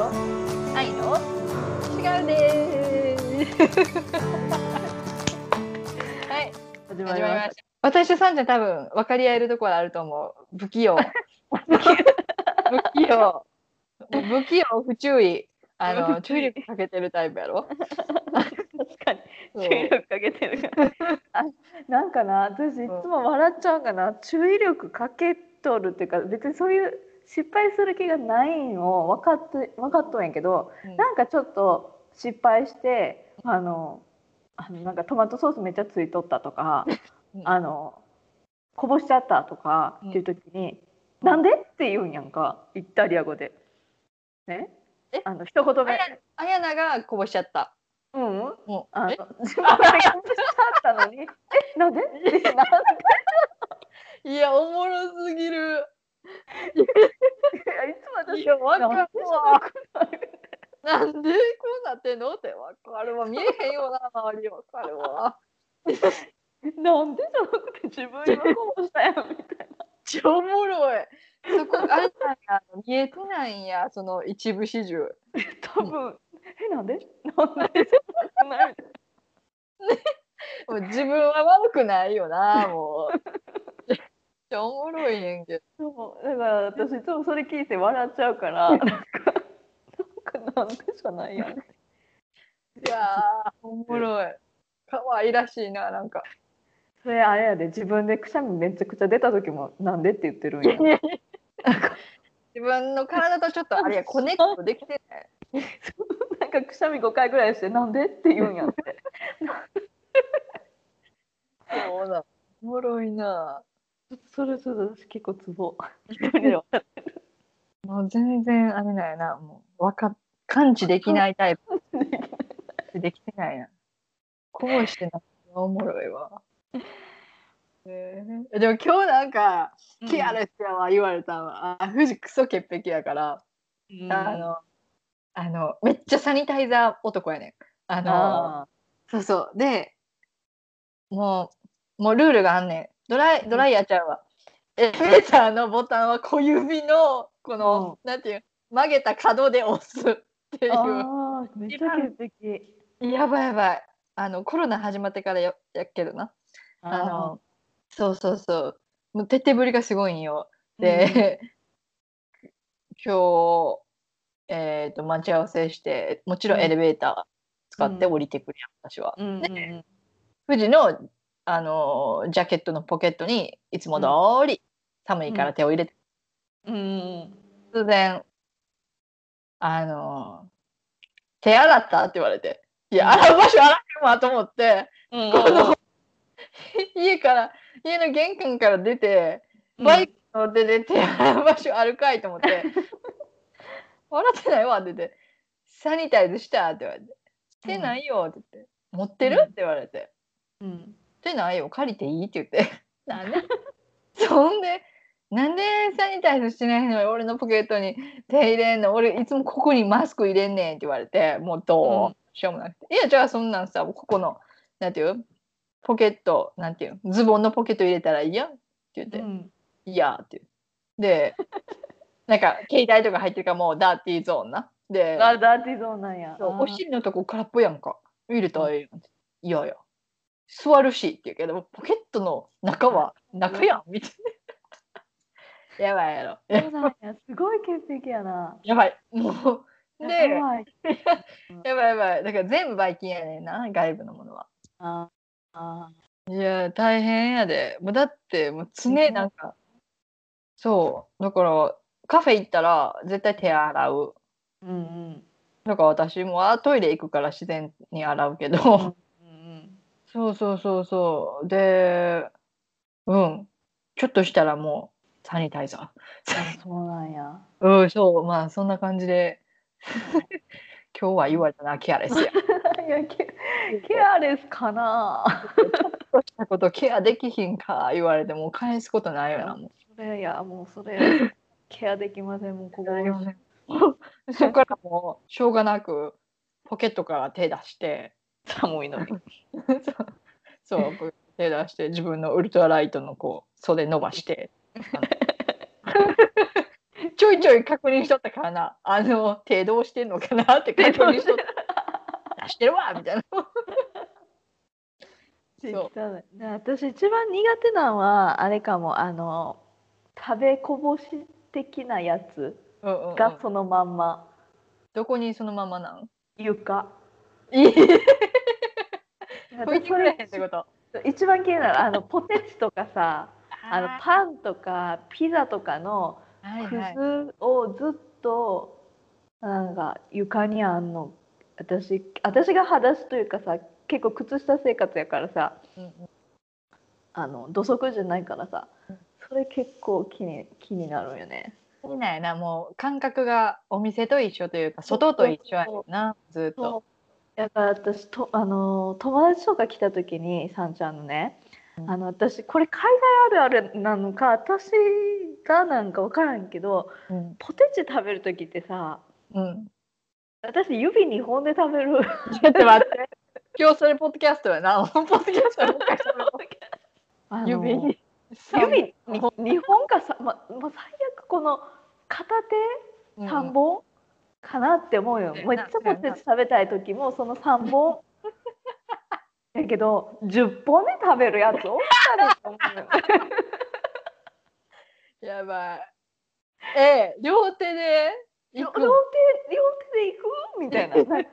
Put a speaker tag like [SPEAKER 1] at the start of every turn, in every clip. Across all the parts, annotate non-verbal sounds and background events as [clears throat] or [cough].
[SPEAKER 1] [laughs] はい、
[SPEAKER 2] 始ま
[SPEAKER 1] 始ま
[SPEAKER 2] り
[SPEAKER 1] り
[SPEAKER 2] ま
[SPEAKER 1] ま
[SPEAKER 2] し。
[SPEAKER 1] した
[SPEAKER 2] 私とさんじゃ多分分かり合えるところあると思う。
[SPEAKER 1] [laughs]
[SPEAKER 2] 不器用。不器用。不器用、不注意。あの、
[SPEAKER 1] 不
[SPEAKER 2] 注
[SPEAKER 1] 注
[SPEAKER 2] 意
[SPEAKER 1] 意
[SPEAKER 2] 力かけてるタイプやろ。
[SPEAKER 1] た。確かに、
[SPEAKER 2] そう
[SPEAKER 1] 注意力かけてるから。 [laughs] あなんかな、私いつも笑っちゃうかな、注意力かけとるっていうか、別にそういう失敗する気がないんを分かって、分かっとんやけど、
[SPEAKER 2] うん
[SPEAKER 1] なんかちょっと失敗して、あの、あのなんかトマトソースめっちゃついとったとか
[SPEAKER 2] う、ん
[SPEAKER 1] あの、こぼしちゃったとかっていう時に、なんでって言うんやんか、イタリア語で。ね
[SPEAKER 2] え
[SPEAKER 1] あの一言
[SPEAKER 2] あ
[SPEAKER 1] 目
[SPEAKER 2] や。あやながこぼしちゃった。
[SPEAKER 1] うんうん。
[SPEAKER 2] もう
[SPEAKER 1] あの
[SPEAKER 2] え
[SPEAKER 1] 自分がやったのに、え、 [laughs] なんで？なんで
[SPEAKER 2] いや、おもろすぎる。い
[SPEAKER 1] いつ
[SPEAKER 2] や、わか
[SPEAKER 1] も私
[SPEAKER 2] るわ。
[SPEAKER 1] わ。
[SPEAKER 2] なんでこうなってんのってわかるわ。見えへんよな、周りわかるわ。
[SPEAKER 1] なんでじゃなくて自分がこうしたよみたい
[SPEAKER 2] ちゃおもろい。そこ、あれなんや、見えてないんや、その一部始終。
[SPEAKER 1] な。多分。え、なんで？なんで？なんで
[SPEAKER 2] も [laughs] う自分は悪くないよな、もう。ちゃおもろいねんけど。
[SPEAKER 1] そうだから私いつもそれ聞いて笑っちゃうから、なんかなんかなんでじゃないやん。
[SPEAKER 2] いやー、おもろい。可愛らしいな、なんか。
[SPEAKER 1] それあれやで自分でくしゃみめちゃくちゃ出た時もなんでって言ってるんや。
[SPEAKER 2] 自分の体とちょっとあれや、コネクトできてない。
[SPEAKER 1] [laughs] なんかくしゃみ5回ぐらいしてなんでって言うんやって。
[SPEAKER 2] そうだ。おもろいな。
[SPEAKER 1] それそれ私結構ツボ。
[SPEAKER 2] もう全然あれだよな、もう、わか、感知できないタイプ。できてないな。こうしてな、おもろいわ。えー、でも今日なんか、キアレスやわ、言われたのは、あ、富士クソ潔癖やから。あの、あの、めっちゃサニタイザー男やねん。あの、
[SPEAKER 1] あ
[SPEAKER 2] そうそう。で、もう、もうルールがあんねん。ドライ、ドライヤーちゃうわ。エレベーターのボタンは小指の、この、なんていう、曲げた角で押すってい
[SPEAKER 1] ー
[SPEAKER 2] う。
[SPEAKER 1] あーめっちゃ潔癖
[SPEAKER 2] やばいやばい。あの、コロナ始まってからややっけどな。あの、そうそうそう。もう徹底ぶりがすごいんよ。で、今日、えっ、と、待ち合わせして、もちろんエレベーター使って降りてくるやん、私は。
[SPEAKER 1] うんうんうん
[SPEAKER 2] 富士の、あのージャケットのポケットにいつも通り、寒いから手を入れて、
[SPEAKER 1] うんうん
[SPEAKER 2] 突然、あのー手洗ったって言われて、いや、洗う場所洗ってわと思って、
[SPEAKER 1] うん
[SPEAKER 2] この、家から、家の玄関から出て、バイク乗って出て、場所あるかいと思って、笑ってないわって言って、サニタイズしたって言われて、してないよって言って、持ってる
[SPEAKER 1] うん
[SPEAKER 2] って言われて、
[SPEAKER 1] うん
[SPEAKER 2] してないよ、借りていいって言って、なんで [laughs] そんで、なんでサニタイズしてないのに俺のポケットに手入れんの俺いつもここにマスク入れんねんって言われて、もうどうしようもなくて、いや、じゃあそんなんさ、ここの、なんていうポケット、なんていうズボンのポケット入れたらいいやんって言って
[SPEAKER 1] う、ん
[SPEAKER 2] いやーっていう。で、なんか携帯とか入ってるからもうダーティーゾーンな。で、
[SPEAKER 1] あダーティーゾーンなんや
[SPEAKER 2] そう
[SPEAKER 1] あー
[SPEAKER 2] お尻のとこ空っぽやんか。入れたらええやんって。いやいや、座るしって言うけど、ポケットの中は中やんみたいな。やばいやろ。
[SPEAKER 1] そうなんやすごい潔癖やな
[SPEAKER 2] やばい。もう。で、
[SPEAKER 1] やばい
[SPEAKER 2] やばいやばい。だから全部ばい菌やねんな、外部のものは。
[SPEAKER 1] あーあ
[SPEAKER 2] いやー、大変やで。もうだって、もう常
[SPEAKER 1] ね
[SPEAKER 2] なんか、そう。だから、カフェ行ったら絶対手洗う。
[SPEAKER 1] ーうんうん
[SPEAKER 2] だから私もあトイレ行くから自然に洗うけど、
[SPEAKER 1] うん
[SPEAKER 2] そうそうそうそうでうんちょっとしたらもうサニタイザ
[SPEAKER 1] あそうなんや
[SPEAKER 2] ーうんそうまあそんな感じで [laughs] 今日は言われたなケアレスや
[SPEAKER 1] いやケケアレスかな
[SPEAKER 2] そうしたことケアできひんか言われてもう返すことないよなも
[SPEAKER 1] それいやもうそ
[SPEAKER 2] [laughs]
[SPEAKER 1] れケアできませんもうここ
[SPEAKER 2] うそっからもうしょうがなくポケットから手出して
[SPEAKER 1] 寒いのに
[SPEAKER 2] [laughs] そうそうポケット手出して自分のウルトラライトのこう袖伸ばして [laughs] あのち [laughs] ょいちょい確認しとったからなあの手どうしてんのかなって確認しとった出してるわみたいな。そう
[SPEAKER 1] そうだね私一番苦手なのはあれかもあの食べこぼし的なやつ
[SPEAKER 2] うんうんうん
[SPEAKER 1] がそのまんま
[SPEAKER 2] どこにそのままなん
[SPEAKER 1] 床。
[SPEAKER 2] いい。
[SPEAKER 1] 私
[SPEAKER 2] 置いてくれへんってこと。
[SPEAKER 1] 一番気になるあのポテチとかさあの
[SPEAKER 2] あ
[SPEAKER 1] パンとかピザとかの
[SPEAKER 2] ーはい
[SPEAKER 1] く
[SPEAKER 2] はい。
[SPEAKER 1] ずをずっとなんか床にあんの私私が裸足というかさ結構靴下生活やからさ
[SPEAKER 2] うんうん
[SPEAKER 1] あの土足じゃないからさ
[SPEAKER 2] うん
[SPEAKER 1] それ結構気に気になるよね
[SPEAKER 2] いいなやなもう感覚がお店と一緒というか外と一緒やよなずっと。
[SPEAKER 1] だから私とあの友達とか来た時にさんちゃんのねあの私これ海外あるあるなのか私がなんか分からんけど
[SPEAKER 2] うん
[SPEAKER 1] ポテチ食べる時ってさ
[SPEAKER 2] うん。
[SPEAKER 1] 私指2本で食べる
[SPEAKER 2] ちょっと
[SPEAKER 1] [laughs]
[SPEAKER 2] 待って。今日それポッドキャストやな。ポッドキャストやな
[SPEAKER 1] あの
[SPEAKER 2] 指に。
[SPEAKER 1] 指に2本かさ、まま最悪この片手3本かなって思うよ、
[SPEAKER 2] うん
[SPEAKER 1] めっちゃポテチ食べたい時もその3本 [laughs] やけど10本で食べるやつおったらと思う [laughs] よ
[SPEAKER 2] やばい。ええ、両手で
[SPEAKER 1] 両
[SPEAKER 2] 行
[SPEAKER 1] 手
[SPEAKER 2] く
[SPEAKER 1] 両
[SPEAKER 2] の。
[SPEAKER 1] 手でいくみ [laughs] たいななんか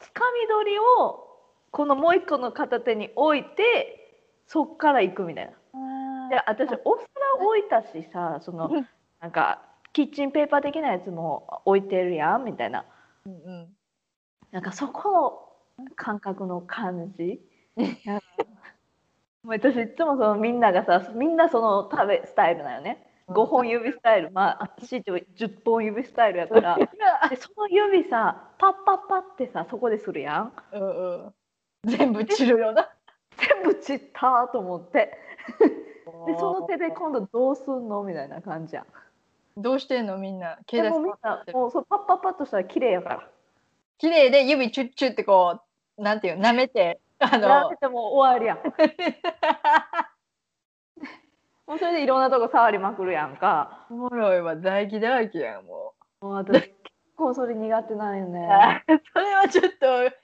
[SPEAKER 1] 掴み取りをこのもう一個の片手に置いてそっから行くみたいな。で私お皿置いたしさその
[SPEAKER 2] うん
[SPEAKER 1] なんかキッチンペーパー的なやつも置いてるやんみたいな
[SPEAKER 2] うんうん
[SPEAKER 1] なんかそこの感覚の感じなんかもう [laughs] 私いつもそのみんながさみんなその食べスタイルなよね5本指スタイルまあ私一応10本指スタイルやからでその指さパッパッパってさそこでするやん
[SPEAKER 2] うんうん。全部散るよな。
[SPEAKER 1] 全部散ったと思って
[SPEAKER 2] で
[SPEAKER 1] でその手で今度どうすんのみたいな感じやん
[SPEAKER 2] どうしてんのみんな。
[SPEAKER 1] で
[SPEAKER 2] 携
[SPEAKER 1] も
[SPEAKER 2] 帯
[SPEAKER 1] みんなもうそうパッパッパッとしたら綺麗やから
[SPEAKER 2] 綺麗で指チュッチュってこうなんていう舐めてあ
[SPEAKER 1] や
[SPEAKER 2] の
[SPEAKER 1] めてもう終わりや
[SPEAKER 2] [laughs]
[SPEAKER 1] んもうそれでいろんなとこ触りまくるやんか
[SPEAKER 2] おもろいわ唾液だらけやんも
[SPEAKER 1] もう私結構それ苦手なんよ
[SPEAKER 2] う。
[SPEAKER 1] ね
[SPEAKER 2] [laughs] それはちょっと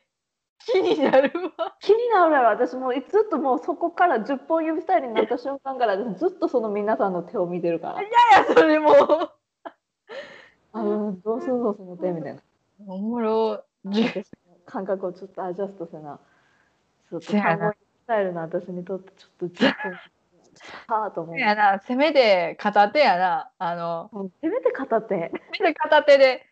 [SPEAKER 2] 気になるわ。
[SPEAKER 1] 気になるわ私もうずっともうそこから10本指スタイルになった瞬間から私ずっとその皆さんの手を見てるから
[SPEAKER 2] いやそれもう
[SPEAKER 1] あのどうすんのその手みたいな
[SPEAKER 2] おもろじ
[SPEAKER 1] 私の感覚をちょっとアジャストせなちょっと
[SPEAKER 2] せやな
[SPEAKER 1] 3本指スタイルの私にとってちょっと10本はあと思う
[SPEAKER 2] やなせめて片手やなあの
[SPEAKER 1] うんせめて片手
[SPEAKER 2] せめて片手で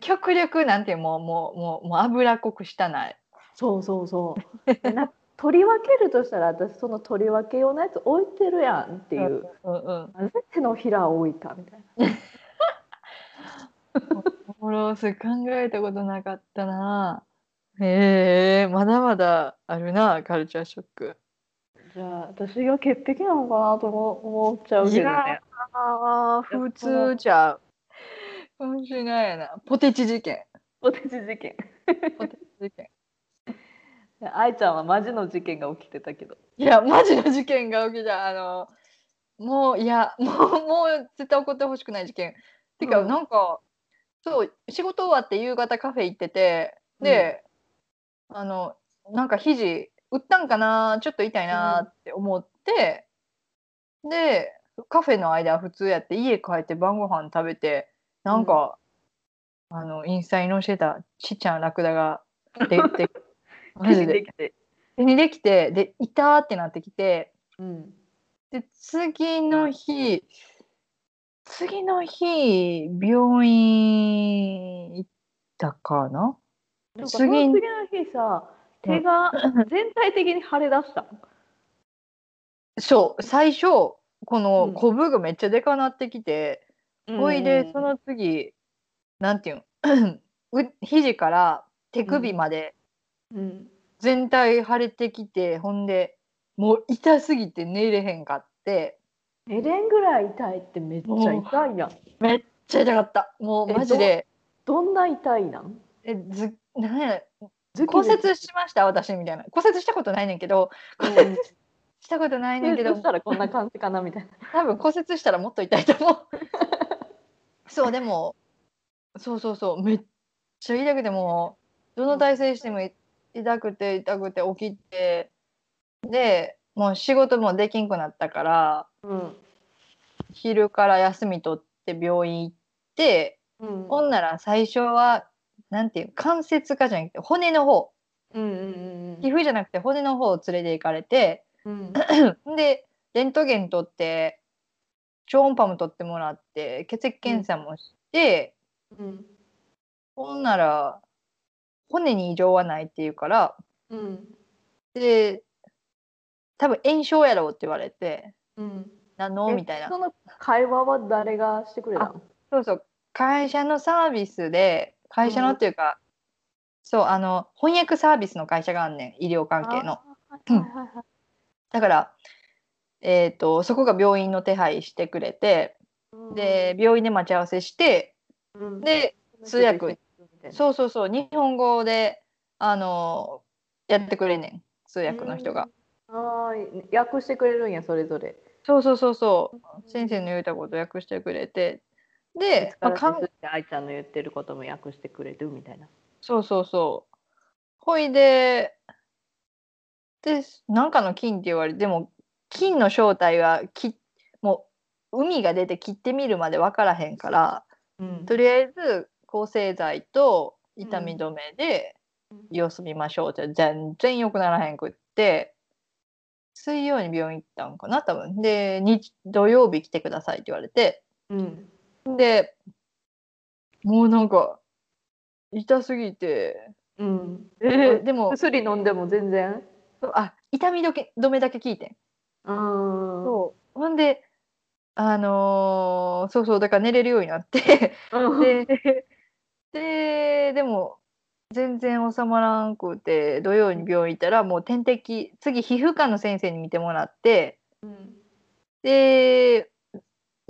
[SPEAKER 2] 極力なんていうもうもうもうもう脂っこくしたない。
[SPEAKER 1] そうそう [laughs] そう。でな取り分けるとしたら私その取り分け用のやつ置いてるやんっていう。
[SPEAKER 2] うんうん。
[SPEAKER 1] なぜ手のひらを置いたみたいな。
[SPEAKER 2] おもろそれ考えたことなかったな。へえまだまだあるなカルチャーショック。
[SPEAKER 1] じゃあ私が潔癖なのかなとも思っちゃうけどね。
[SPEAKER 2] ああ、普通じゃう。かもしれないやな。ポテチ事件。
[SPEAKER 1] ポテチ事件。
[SPEAKER 2] ポテチ事件。
[SPEAKER 1] で愛ちゃんはマジの事件が起きてたけど。
[SPEAKER 2] いや、マジの事件が起きた。あの、もう、いや、 [laughs] もう、もう絶対起こってほしくない事件。てか、
[SPEAKER 1] うん
[SPEAKER 2] なんか、そう、仕事終わって夕方カフェ行ってて、で、あの、なんか肘、打ったんかな、ちょっと痛いなって思って、で、カフェの間は普通やって、家帰って晩ご飯食べて、なんか、あの、インスタに載せてたちっちゃなラクダ
[SPEAKER 1] [laughs]
[SPEAKER 2] が出て、マ
[SPEAKER 1] 記事
[SPEAKER 2] ジで
[SPEAKER 1] できて。
[SPEAKER 2] 手にできてでいたってなってきて
[SPEAKER 1] うん。
[SPEAKER 2] で次の日次の日病院行ったかな
[SPEAKER 1] なんかその
[SPEAKER 2] 次
[SPEAKER 1] 次
[SPEAKER 2] に
[SPEAKER 1] の日さ手が全体的に腫れ出した。
[SPEAKER 2] そう最初こ
[SPEAKER 1] う
[SPEAKER 2] の
[SPEAKER 1] ん
[SPEAKER 2] 小ぶがめっちゃでかなってきて、ほいでその次なんていうん [clears throat] う肘から手首まで
[SPEAKER 1] うん。
[SPEAKER 2] 全体腫れてきて、ほんでもう痛すぎて寝れへんかって
[SPEAKER 1] エレンぐらい痛いってめっちゃ痛いやん。
[SPEAKER 2] めっちゃ痛かったもう
[SPEAKER 1] え
[SPEAKER 2] マジで
[SPEAKER 1] どんな痛いなん？
[SPEAKER 2] えずなんや
[SPEAKER 1] ズキズキ
[SPEAKER 2] 骨折しました私みたいな骨折したことないねんけど骨折したことないねんけ
[SPEAKER 1] ど
[SPEAKER 2] ど
[SPEAKER 1] うしたらこんな感じかなみたいな。
[SPEAKER 2] 多分骨折したらもっと痛いと思う [laughs] そうでもそうそうそうめっちゃ痛くてもうどの体勢してもい痛くて痛くて起きてでもう仕事もできんくなったから
[SPEAKER 1] うん
[SPEAKER 2] 昼から休み取って病院行って
[SPEAKER 1] うん
[SPEAKER 2] ほんなら最初はなんていう関節科じゃなくて骨の方
[SPEAKER 1] うんうん
[SPEAKER 2] 皮膚じゃなくて骨の方を連れて行かれて
[SPEAKER 1] うん
[SPEAKER 2] でレントゲン取って超音波も取ってもらって血液検査もして、
[SPEAKER 1] うん
[SPEAKER 2] ほんなら骨に異常はないっていうから
[SPEAKER 1] うん
[SPEAKER 2] で多分炎症やろうって言われて
[SPEAKER 1] うん
[SPEAKER 2] 何の
[SPEAKER 1] え
[SPEAKER 2] みたいな
[SPEAKER 1] その会話は誰がしてくれたの
[SPEAKER 2] そうそう会社のサービスで会社のっていうか、そうあの翻訳サービスの会社があんねん医療関係の
[SPEAKER 1] あはいはいはい
[SPEAKER 2] だからえー、とそこが病院の手配してくれて
[SPEAKER 1] うん
[SPEAKER 2] で病院で待ち合わせして
[SPEAKER 1] うん
[SPEAKER 2] で通訳
[SPEAKER 1] みたいな
[SPEAKER 2] そうそうそう日本語であのやってくれんねん通訳の人が、
[SPEAKER 1] うんはーい訳してくれるんやそれぞれ
[SPEAKER 2] そうそうそうそう先生の言うたこと訳してくれてで、まあ、
[SPEAKER 1] か
[SPEAKER 2] 看
[SPEAKER 1] んって愛ちゃんの言ってることも訳してくれるみたいな
[SPEAKER 2] そうそうそう。ほいで、で、なんかの菌って言われて、でも、菌の正体はき、もう、海が出て切ってみるまで分からへんから、
[SPEAKER 1] うん
[SPEAKER 2] とりあえず、抗生剤と痛み
[SPEAKER 1] うん
[SPEAKER 2] 止めで
[SPEAKER 1] うん、
[SPEAKER 2] 様子見ましょうって、全然良くならへんくって、水曜に病院行ったんかな、多分。で、日土曜日来てくださいって言われて、
[SPEAKER 1] うん
[SPEAKER 2] でもうなんか痛すぎて
[SPEAKER 1] うん
[SPEAKER 2] え
[SPEAKER 1] ー
[SPEAKER 2] でも
[SPEAKER 1] 薬飲んでも全然
[SPEAKER 2] あ痛みどけ止めだけ聞いてん
[SPEAKER 1] うん
[SPEAKER 2] そうほんであのーそうそうだから寝れるようになって
[SPEAKER 1] うん
[SPEAKER 2] でででも全然収まらんくて土曜に病院行ったらもう点滴次皮膚科の先生に見てもらって
[SPEAKER 1] うん
[SPEAKER 2] で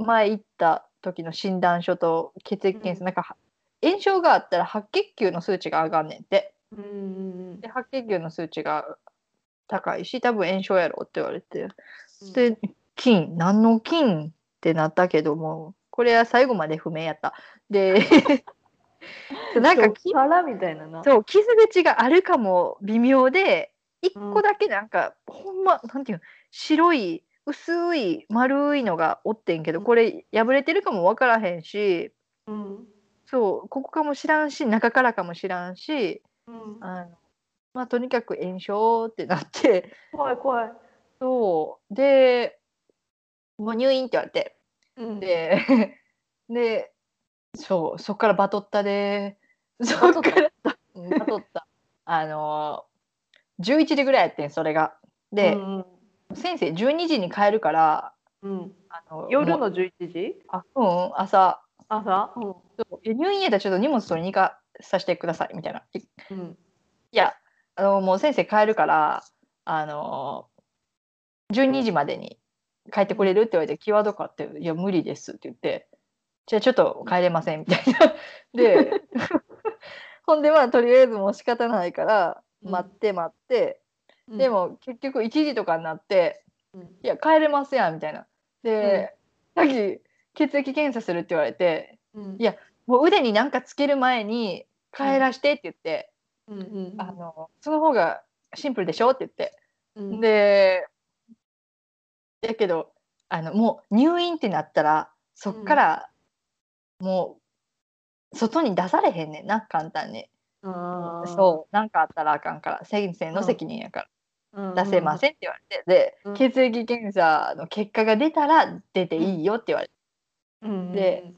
[SPEAKER 2] 前行った時の診断書と血液検査、
[SPEAKER 1] うん
[SPEAKER 2] なんかは炎症があったら白血球の数値が上がんねんって。
[SPEAKER 1] うんうん
[SPEAKER 2] で白血球の数値が高いし多分炎症やろって言われて、
[SPEAKER 1] うん
[SPEAKER 2] で菌何の菌ってなったけどもこれは最後まで不明やったでなんかき
[SPEAKER 1] 皿みたいなな
[SPEAKER 2] そう傷口があるかも微妙で一個だけなんか、ほんまなんていうの白い薄い丸いのがおってんけどこれ破れてるかも分からへんし
[SPEAKER 1] うん
[SPEAKER 2] そうここかも知らんし中からかも知らんし
[SPEAKER 1] うん
[SPEAKER 2] あの、まあ、とにかく炎症ってなって。
[SPEAKER 1] 怖い怖い
[SPEAKER 2] そうでもう入院って言われて
[SPEAKER 1] うん
[SPEAKER 2] で [laughs] でそうそっからバトったでそ
[SPEAKER 1] バト
[SPEAKER 2] っ
[SPEAKER 1] っ
[SPEAKER 2] か
[SPEAKER 1] た
[SPEAKER 2] らうんバトった [laughs] あのー11時ぐらいやってんそれがで、
[SPEAKER 1] うん
[SPEAKER 2] 先生12時に帰るから
[SPEAKER 1] うん
[SPEAKER 2] あの
[SPEAKER 1] 夜
[SPEAKER 2] もう
[SPEAKER 1] の11時
[SPEAKER 2] あうん朝
[SPEAKER 1] 朝
[SPEAKER 2] そういや入院やったらちょっと荷物取りに行かさせてくださいみたいない
[SPEAKER 1] うん
[SPEAKER 2] やあのもう先生帰るからあの12時までに帰ってくれるって言われて、キーワードかって、いや、無理ですって言って、じゃあちょっと帰れませんみたい
[SPEAKER 1] [laughs]
[SPEAKER 2] な。で、ほんで、まあ、とりあえずもう仕方ないから、
[SPEAKER 1] うん
[SPEAKER 2] 待って待って、
[SPEAKER 1] うん
[SPEAKER 2] でも結局1時とかになって、
[SPEAKER 1] うん
[SPEAKER 2] いや、帰れますやんみたいな。で、さっき血液検査するって言われて、
[SPEAKER 1] うん
[SPEAKER 2] いやもう腕になんかつける前に帰らしてって言って、
[SPEAKER 1] うんうん
[SPEAKER 2] あのその方がシンプルでしょって言って。
[SPEAKER 1] うん
[SPEAKER 2] でだけどあのもう入院ってなったらそっからもう外に出されへんねんな簡単に
[SPEAKER 1] あー
[SPEAKER 2] そうなんかあったらあかんから先生の責任やか
[SPEAKER 1] うん
[SPEAKER 2] ら出せませんって言われてで
[SPEAKER 1] うん
[SPEAKER 2] 血液検査の結果が出たら出ていいよって言われて
[SPEAKER 1] うん
[SPEAKER 2] で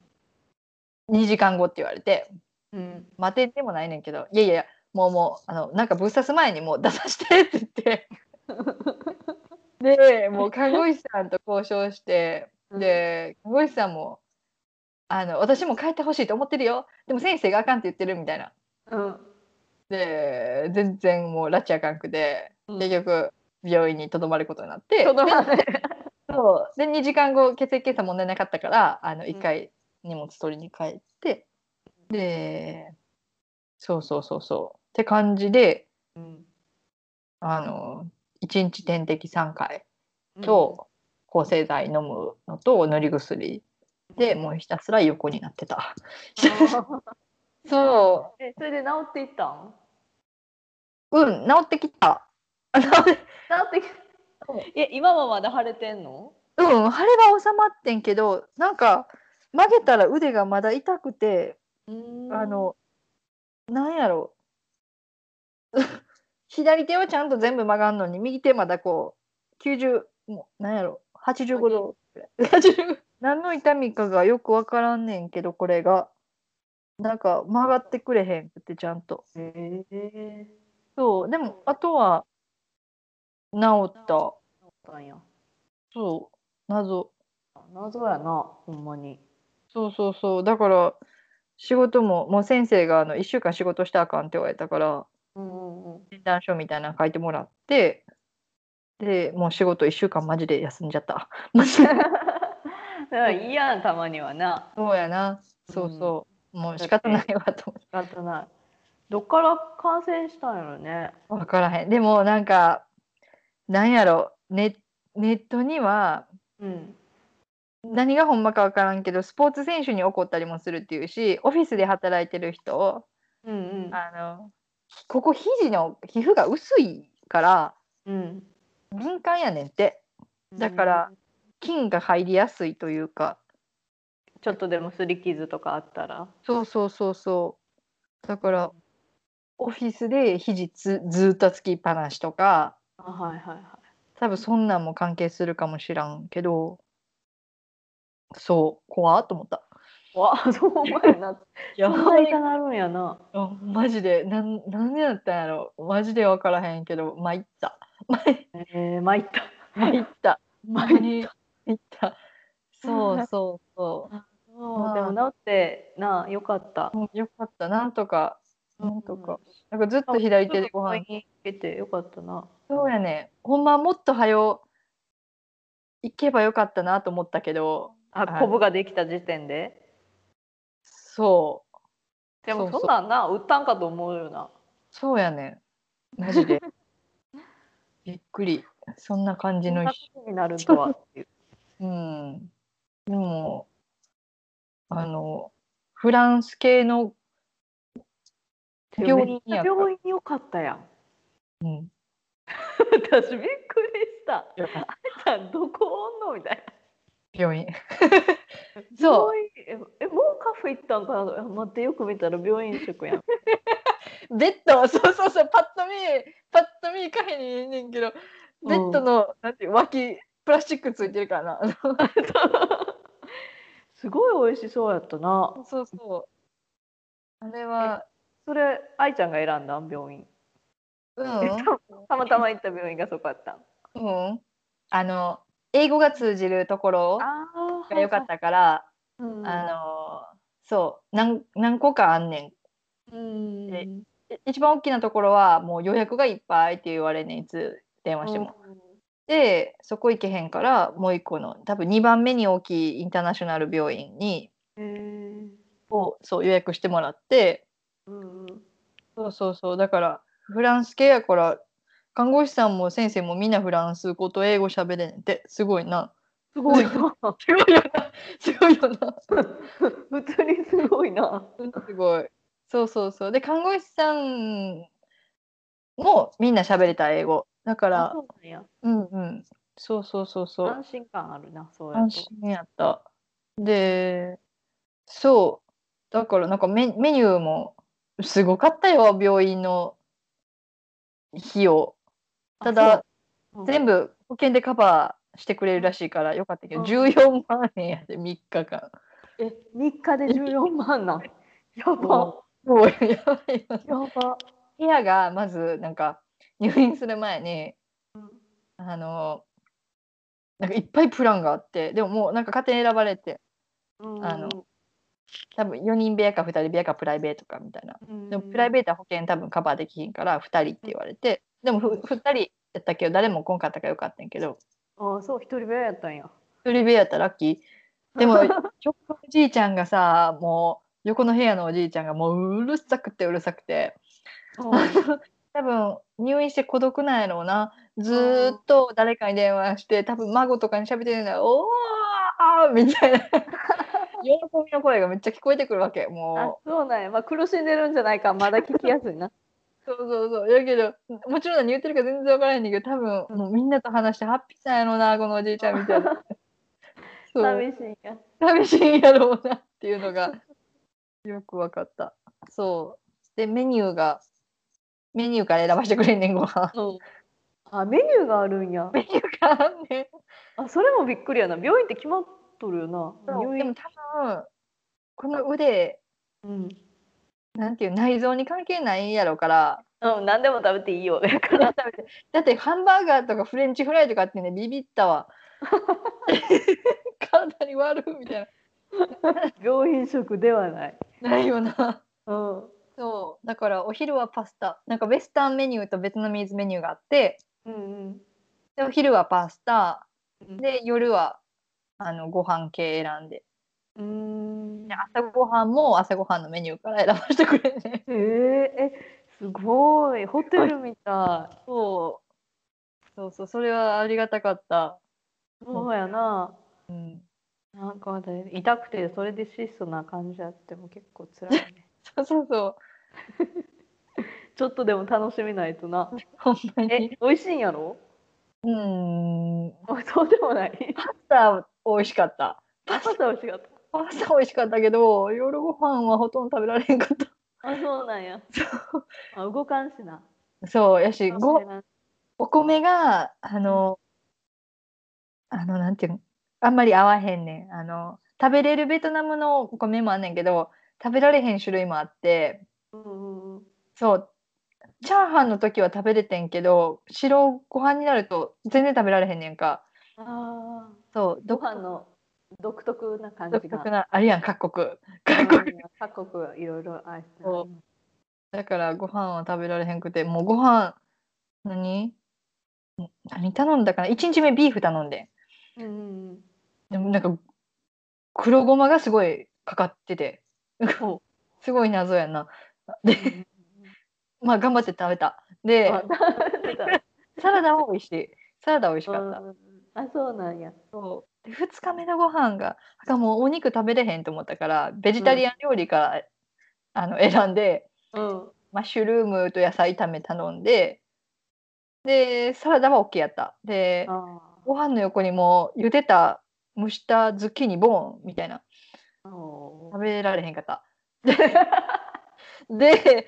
[SPEAKER 2] 2時間後って言われて
[SPEAKER 1] うん
[SPEAKER 2] 待てんでもないねんけどいやいやいやもうもうあのなんかぶっ刺す前にもう出させてって言って。でもう看護師さんと交渉して
[SPEAKER 1] [laughs]
[SPEAKER 2] で看護師さんもあの「私も帰ってほしいと思ってるよでも先生があかんって言ってる」みたいな。
[SPEAKER 1] うん
[SPEAKER 2] で全然もう拉致あかんくで
[SPEAKER 1] うん
[SPEAKER 2] 結局病院にとどまることになって
[SPEAKER 1] とどまる
[SPEAKER 2] そうで2時間後血液検査問題なかったからあの
[SPEAKER 1] ん
[SPEAKER 2] 1回荷物取りに帰って、でそうそうそうそうって感じで
[SPEAKER 1] うん
[SPEAKER 2] あの1日点滴3回
[SPEAKER 1] うん
[SPEAKER 2] と抗生剤飲むのと塗り薬でもうひたすら横になってた。
[SPEAKER 1] あー
[SPEAKER 2] そ
[SPEAKER 1] えそれで治っていったん
[SPEAKER 2] うん、治ってきた。 [laughs] あ治って
[SPEAKER 1] なってきえ今はまだ腫れてんの
[SPEAKER 2] うん、腫れは収まってんけど、なんか曲げたら腕がまだ痛くて、
[SPEAKER 1] うーん
[SPEAKER 2] あの、なんやろ [laughs] う左手はちゃんと全部曲がんのに、右手まだこう、90、もうなんやろう ?85 度ぐらい。何の痛みかがよくわからんねんけど、これが。なんか曲がってくれへんくて、ちゃんと。
[SPEAKER 1] へえ
[SPEAKER 2] そう、でも、あとは、治った。
[SPEAKER 1] そうなんや
[SPEAKER 2] そう、謎。
[SPEAKER 1] 謎やなほんまに
[SPEAKER 2] そうそうそう。だから、仕事も、もう先生があの1週間仕事したらあかんって言われたから、
[SPEAKER 1] うんうんうん
[SPEAKER 2] 診断書みたいなの書いてもらって、で、もう仕事1週間マジで休んじゃった。マジで
[SPEAKER 1] [laughs] だからいいやんたまにはな
[SPEAKER 2] そうやな。そうそう。もう仕方ないわと思って。
[SPEAKER 1] 仕方ないどっから感染したんやろね
[SPEAKER 2] わからへん。でも、なんか、なんやろ、ネネットには、
[SPEAKER 1] うん
[SPEAKER 2] 何がほんまかわからんけど、スポーツ選手に怒ったりもするっていうし、オフィスで働いてる人を、
[SPEAKER 1] うんうん
[SPEAKER 2] あのここ肘の皮膚が薄いから
[SPEAKER 1] うん
[SPEAKER 2] 敏感やねんってだから菌が入りやすいというか
[SPEAKER 1] ちょっとでも擦り傷とかあったら
[SPEAKER 2] そうそうそうそうだからオフィスで肘つずーっとつきっぱなしとか
[SPEAKER 1] あはいはいはい
[SPEAKER 2] 多分そんなんも関係するかもしらんけどそう怖っと思った
[SPEAKER 1] わ [laughs] そう思うよな
[SPEAKER 2] い
[SPEAKER 1] そ
[SPEAKER 2] や
[SPEAKER 1] んな痛なるんやな
[SPEAKER 2] マジでなん何やったんやろマジで分からへんけど参った
[SPEAKER 1] えー、参った
[SPEAKER 2] 参った
[SPEAKER 1] 参った
[SPEAKER 2] 参ったそうそうそう
[SPEAKER 1] そう
[SPEAKER 2] まあ
[SPEAKER 1] でも治ってなよかった
[SPEAKER 2] よかった、なんとか、なんとか。なんかずっ
[SPEAKER 1] うん
[SPEAKER 2] と左手でご飯。
[SPEAKER 1] 行けてよかったな
[SPEAKER 2] そうやね。ほんまもっと早う行けばよかったなと思ったけど、
[SPEAKER 1] あ
[SPEAKER 2] はい
[SPEAKER 1] コブができた時点で
[SPEAKER 2] そう、
[SPEAKER 1] でも
[SPEAKER 2] そうそう
[SPEAKER 1] そんなんな売ったんかと思うよな
[SPEAKER 2] そうやね。マジ [laughs] で。びっくり。そんな感じ
[SPEAKER 1] そん
[SPEAKER 2] の
[SPEAKER 1] なこ
[SPEAKER 2] 日。
[SPEAKER 1] とになるとはっていう
[SPEAKER 2] うん。でも、あの、フランス系の病院やから
[SPEAKER 1] 病院よかったやん
[SPEAKER 2] うん。
[SPEAKER 1] 私びっくりした
[SPEAKER 2] よかった
[SPEAKER 1] あんたどこおんのみたいな
[SPEAKER 2] 病院。そう
[SPEAKER 1] 病院ええもうカフェ行ったんかな待ってよく見たら病院食やん
[SPEAKER 2] [laughs] ベッド、そうそうそう、パッと見、パッと見カフェにいんねんけど、ベッドの、なんていう脇、プラスチックついてるからな。 [laughs]
[SPEAKER 1] すごい美味しそうやったな
[SPEAKER 2] そうそう。あれは、
[SPEAKER 1] それ愛ちゃんが選んだん病院
[SPEAKER 2] う
[SPEAKER 1] [laughs] たまたま行った病院がそこやったん
[SPEAKER 2] ん、うん。あの、英語が通じるところ
[SPEAKER 1] あ
[SPEAKER 2] が良かったから、
[SPEAKER 1] た、うん、
[SPEAKER 2] あの、そう、何何個かあんね
[SPEAKER 1] うん
[SPEAKER 2] でん。い一番大きなところは、もう予約がいっぱいって言われんねん、いつ電話しても。で、そこ行けへんから、もう一個の、多分2番目に大きいインターナショナル病院に、
[SPEAKER 1] うんへー
[SPEAKER 2] をそう予約してもらって
[SPEAKER 1] うんうん
[SPEAKER 2] そうそうそうだからフランス系やから看護師さんも先生もみんなフランス語と英語喋れねんてすごいな
[SPEAKER 1] すごいな [laughs]
[SPEAKER 2] [laughs] すごいよなすごいよな
[SPEAKER 1] 普通にすごいな
[SPEAKER 2] すごいそうそうそうで看護師さんもみんな喋れた英語だか
[SPEAKER 1] あ
[SPEAKER 2] ら
[SPEAKER 1] そうなんや
[SPEAKER 2] うんうんそうそうそうそう
[SPEAKER 1] 安心感あるなそうやと
[SPEAKER 2] 安心やったでそうだからなんかメメニューもすごかったよ病院の費用ただ、全
[SPEAKER 1] 部
[SPEAKER 2] 部保険でカバーしてくれるらしいからよかったけど、
[SPEAKER 1] うん
[SPEAKER 2] 14万円やで3日間
[SPEAKER 1] え3日で14万
[SPEAKER 2] [laughs]
[SPEAKER 1] なんやば
[SPEAKER 2] もうやばいよ
[SPEAKER 1] やば
[SPEAKER 2] 部屋がまずなんか入院する前に
[SPEAKER 1] うん
[SPEAKER 2] あのなんかいっぱいプランがあってでももうなんか家庭選ばれて
[SPEAKER 1] うん
[SPEAKER 2] あの多分4人部屋か2人部屋かプライベートかみたいなでもプライ
[SPEAKER 1] ベ
[SPEAKER 2] ベートは保険多分カバーできひんから2人って言われてでもふ2人やったけど誰も来んかったからよかったんやけど
[SPEAKER 1] ートあそう一人部屋やったんや
[SPEAKER 2] 1人部屋やったらラッキー
[SPEAKER 1] [laughs]
[SPEAKER 2] でもちょっとおじいちゃんがさもう横の部屋のおじいちゃんがもううるさくてうるさくて多分入院して孤独なんやろうなずーっと誰かに電話して多分孫とかに喋ってるんだおー
[SPEAKER 1] [laughs]
[SPEAKER 2] みたいな喜びの声がめっちゃ聞こえてくるわけ
[SPEAKER 1] あ
[SPEAKER 2] も
[SPEAKER 1] そうなんや、まあ、苦しんでるんじゃないかまだ聞きやすいな
[SPEAKER 2] そうそうそう。やけど、もちろん何言ってるか全然わからへんねんけど、多分、もうみんなと話してハッピーなんやろうな、このおじいちゃんみたい
[SPEAKER 1] [laughs]
[SPEAKER 2] な。そう。
[SPEAKER 1] 寂しいんや。
[SPEAKER 2] 寂しいんやろうなっていうのが、よくわかった。そう。で、メニューが、メニューから選ばしてくれんねん、ご飯。
[SPEAKER 1] あメニューがあるんや。
[SPEAKER 2] メニューからあんねん。
[SPEAKER 1] あそれもびっくりやな。病院って決まっとるよな。
[SPEAKER 2] そう
[SPEAKER 1] 入
[SPEAKER 2] でも
[SPEAKER 1] 院。
[SPEAKER 2] 多分この腕
[SPEAKER 1] うん。
[SPEAKER 2] なんていう内臓に関係ないんやろから
[SPEAKER 1] うん何でも食べていいよ。だから
[SPEAKER 2] だってハンバーガーとかフレンチフライとかってねビビっ
[SPEAKER 1] [laughs]
[SPEAKER 2] たわ体に悪いみたい
[SPEAKER 1] [laughs] 病院食ではない。
[SPEAKER 2] なないよな
[SPEAKER 1] うん。
[SPEAKER 2] そうだからお昼はパスタなんかウェスタンメニューとベトナミーズメニューがあって
[SPEAKER 1] うん
[SPEAKER 2] でお昼はパスタ
[SPEAKER 1] うん
[SPEAKER 2] で夜はあのご飯系選んで
[SPEAKER 1] うん。うん
[SPEAKER 2] で。朝ごはんも朝ごはんのメニューから選ばせてくれんね
[SPEAKER 1] えー、えすごいホテルみた
[SPEAKER 2] そうそうそうそれはありがたかった
[SPEAKER 1] い。そうやな。
[SPEAKER 2] うん
[SPEAKER 1] なんか私痛くてそれで質素な感じやっても結構辛いね。
[SPEAKER 2] そうそうそう。
[SPEAKER 1] [laughs] ちょっとでも楽しみないとな。
[SPEAKER 2] ほんまに。
[SPEAKER 1] え美味しいんやろ？
[SPEAKER 2] うーん。
[SPEAKER 1] あ [laughs] そうでも [laughs] ない。
[SPEAKER 2] パスタ美味しかった。
[SPEAKER 1] パスタ美味しかっ。
[SPEAKER 2] パスタ美味しかったけど、夜ご飯はほとんど食べられへんかった
[SPEAKER 1] あそうなんや。あ動かんしな。
[SPEAKER 2] た。そう、やし、
[SPEAKER 1] 動か
[SPEAKER 2] ご
[SPEAKER 1] んし、な
[SPEAKER 2] お米が、あの、あの、なんていうの、あんまり合わへんねん。あの、食べれるベトナムのお米もあんねんけど、食べられへん種類もあって、
[SPEAKER 1] うんうんうん。
[SPEAKER 2] そう、チャーハンの時は食べれてんけど、白ご飯になると全然食べられへんねんか。
[SPEAKER 1] ああ。
[SPEAKER 2] そう、
[SPEAKER 1] ご
[SPEAKER 2] 独
[SPEAKER 1] 飯の独特な感じ
[SPEAKER 2] 独
[SPEAKER 1] が。
[SPEAKER 2] 特な、あるやん、各国。各国
[SPEAKER 1] うん各国いろいろある
[SPEAKER 2] そだからご飯は食べられへんくてもうご飯何ん何頼んだかな1日目ビーフ頼んで
[SPEAKER 1] うんうんうん。
[SPEAKER 2] でもなんか黒ごまがすごいかかってて [laughs] すごい謎やなでまあ頑張って食べたで
[SPEAKER 1] [laughs] あ食べてた
[SPEAKER 2] サラダは美味しいサラダは美味しかった
[SPEAKER 1] うんあそうなんや。
[SPEAKER 2] そうで2日目のご飯があかんもうお肉食べれへんと思ったからベジタリアン料理から、あの選んで
[SPEAKER 1] うん。
[SPEAKER 2] マッシュルームと野菜炒め頼んででサラダは OK やったで
[SPEAKER 1] あ
[SPEAKER 2] ご飯の横にも茹でた蒸したズッキーニボーンみたいな
[SPEAKER 1] あ。お
[SPEAKER 2] 食べられへんかったでで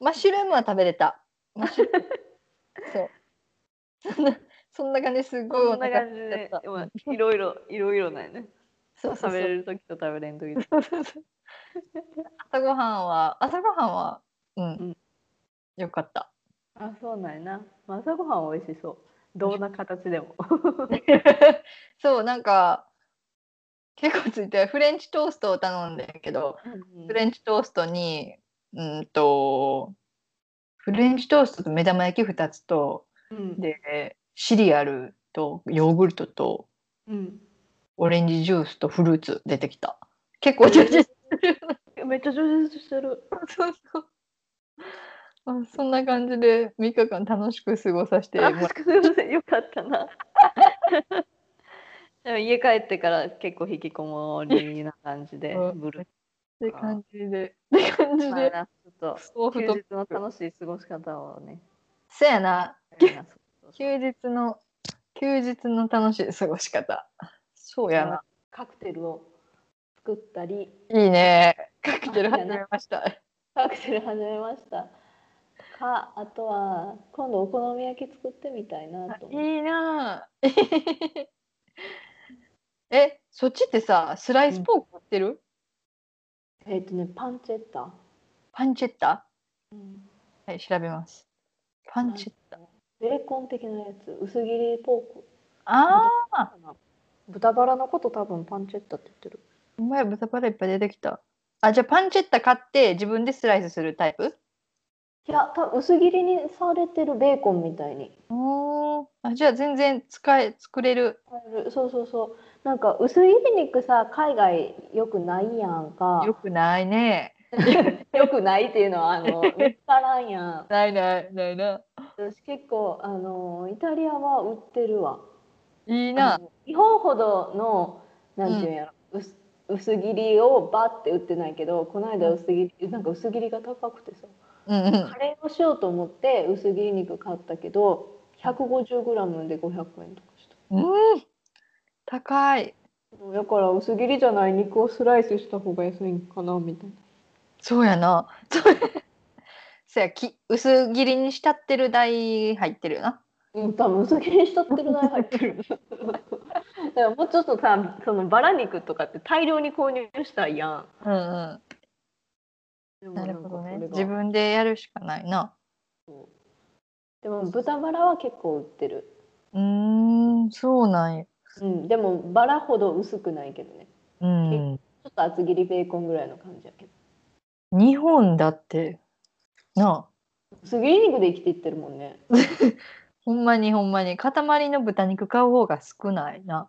[SPEAKER 2] マッシュルームは食べれたマッシュルームそうそん [laughs] なそんな感じですごい
[SPEAKER 1] そ
[SPEAKER 2] お
[SPEAKER 1] んな
[SPEAKER 2] 腹
[SPEAKER 1] 感じで
[SPEAKER 2] だった、
[SPEAKER 1] まあ、いろいろいろいろないね。
[SPEAKER 2] そうそう
[SPEAKER 1] 食べ
[SPEAKER 2] そう
[SPEAKER 1] れる時と食べれん時と。
[SPEAKER 2] 朝ごはんは朝ごはんはうん、
[SPEAKER 1] ん
[SPEAKER 2] よかった [laughs]
[SPEAKER 1] あそうなんやな。まあ朝ごはんは美味しそう。どんな形でも。
[SPEAKER 2] そうなんか結構ついてフレンチトーストを頼んでんけどフレンチトーストにうんとフレンチトーストと目玉焼き2つと
[SPEAKER 1] うん、
[SPEAKER 2] でシリアルとヨーグルトと
[SPEAKER 1] うん、
[SPEAKER 2] オレンジジュースとフルーツ出てきた結構充実
[SPEAKER 1] めっちゃ充実してる。
[SPEAKER 2] そうそう [laughs] あそんな感じで3日間楽しく過ごさせても
[SPEAKER 1] あ
[SPEAKER 2] らっ
[SPEAKER 1] すいませんよかった [laughs] な。でも家帰ってから結構引きこもりな感じで、
[SPEAKER 2] うん
[SPEAKER 1] ブル
[SPEAKER 2] て感じ [laughs] でって感じ
[SPEAKER 1] まあ
[SPEAKER 2] で
[SPEAKER 1] なちょっと
[SPEAKER 2] 豆
[SPEAKER 1] 休
[SPEAKER 2] 腐と
[SPEAKER 1] 日の楽しい過ごし方をね。
[SPEAKER 2] そやな
[SPEAKER 1] そうそうそう
[SPEAKER 2] 休日の休日の楽しい過ごし方そうやな
[SPEAKER 1] カクテルを作ったり、
[SPEAKER 2] いいねカクテル
[SPEAKER 1] あそうや
[SPEAKER 2] 始
[SPEAKER 1] な
[SPEAKER 2] めました
[SPEAKER 1] カクテル始めました。か、あとは今度お好み焼き作ってみたいなと思って。
[SPEAKER 2] いいなあ [laughs] えそっちってさスライスポーク売ってる、
[SPEAKER 1] えっ、とね、パンチェッタ。
[SPEAKER 2] パンチェッタ
[SPEAKER 1] うん
[SPEAKER 2] はい調べますパンチェッタ
[SPEAKER 1] ベーコン的なやつ、薄切りポーク
[SPEAKER 2] あー
[SPEAKER 1] かな。豚バラのこと多分パンチェッタって言ってる。
[SPEAKER 2] うまい豚バラいっぱい出てきたあじゃあパンチェッタ買って自分でスライスするタイプ
[SPEAKER 1] いや、多分薄切りにされてるベーコンみたいに。
[SPEAKER 2] おーあじゃあ全然使え作れる
[SPEAKER 1] そうそうそう。なんか薄切り肉さ、海外よくないやんか。
[SPEAKER 2] よくないね
[SPEAKER 1] よくないっていうのはあ [laughs] の見つからんやん
[SPEAKER 2] ないないないな
[SPEAKER 1] 私結構あのイタリアは売ってるわ
[SPEAKER 2] いいな
[SPEAKER 1] あの日本ほどのなんていうんやろ、薄薄切りをバッて売ってないけどこの間薄切りなんか薄切りが高くてさ
[SPEAKER 2] うんうん
[SPEAKER 1] カレーをしようと思って薄切り肉買ったけど 150g で500円とかした
[SPEAKER 2] うん高い
[SPEAKER 1] だから薄切りじゃない肉をスライスした方が安いんかなみたいな
[SPEAKER 2] そうやな [laughs] そうやき薄切りにしたってる台入ってるよな
[SPEAKER 1] うん多分薄切りしとってるな入ってる
[SPEAKER 2] [laughs]
[SPEAKER 1] だからもうちょっとさそのバラ肉とかって大量に購入したいやん
[SPEAKER 2] うんうん
[SPEAKER 1] でも
[SPEAKER 2] なる
[SPEAKER 1] ん
[SPEAKER 2] ほ
[SPEAKER 1] か
[SPEAKER 2] どね
[SPEAKER 1] それが
[SPEAKER 2] 自分でやるしかないな
[SPEAKER 1] でも豚バラは結構売ってる
[SPEAKER 2] うーんそうなんや
[SPEAKER 1] うんでもバラほど薄くないけどね
[SPEAKER 2] うん
[SPEAKER 1] ちょっと厚切りベーコンぐらいの感じやけど
[SPEAKER 2] 日本だってなあ
[SPEAKER 1] 薄切り肉で生きていってるもんね
[SPEAKER 2] ほんまにほんまに塊の豚肉買う方が少ないな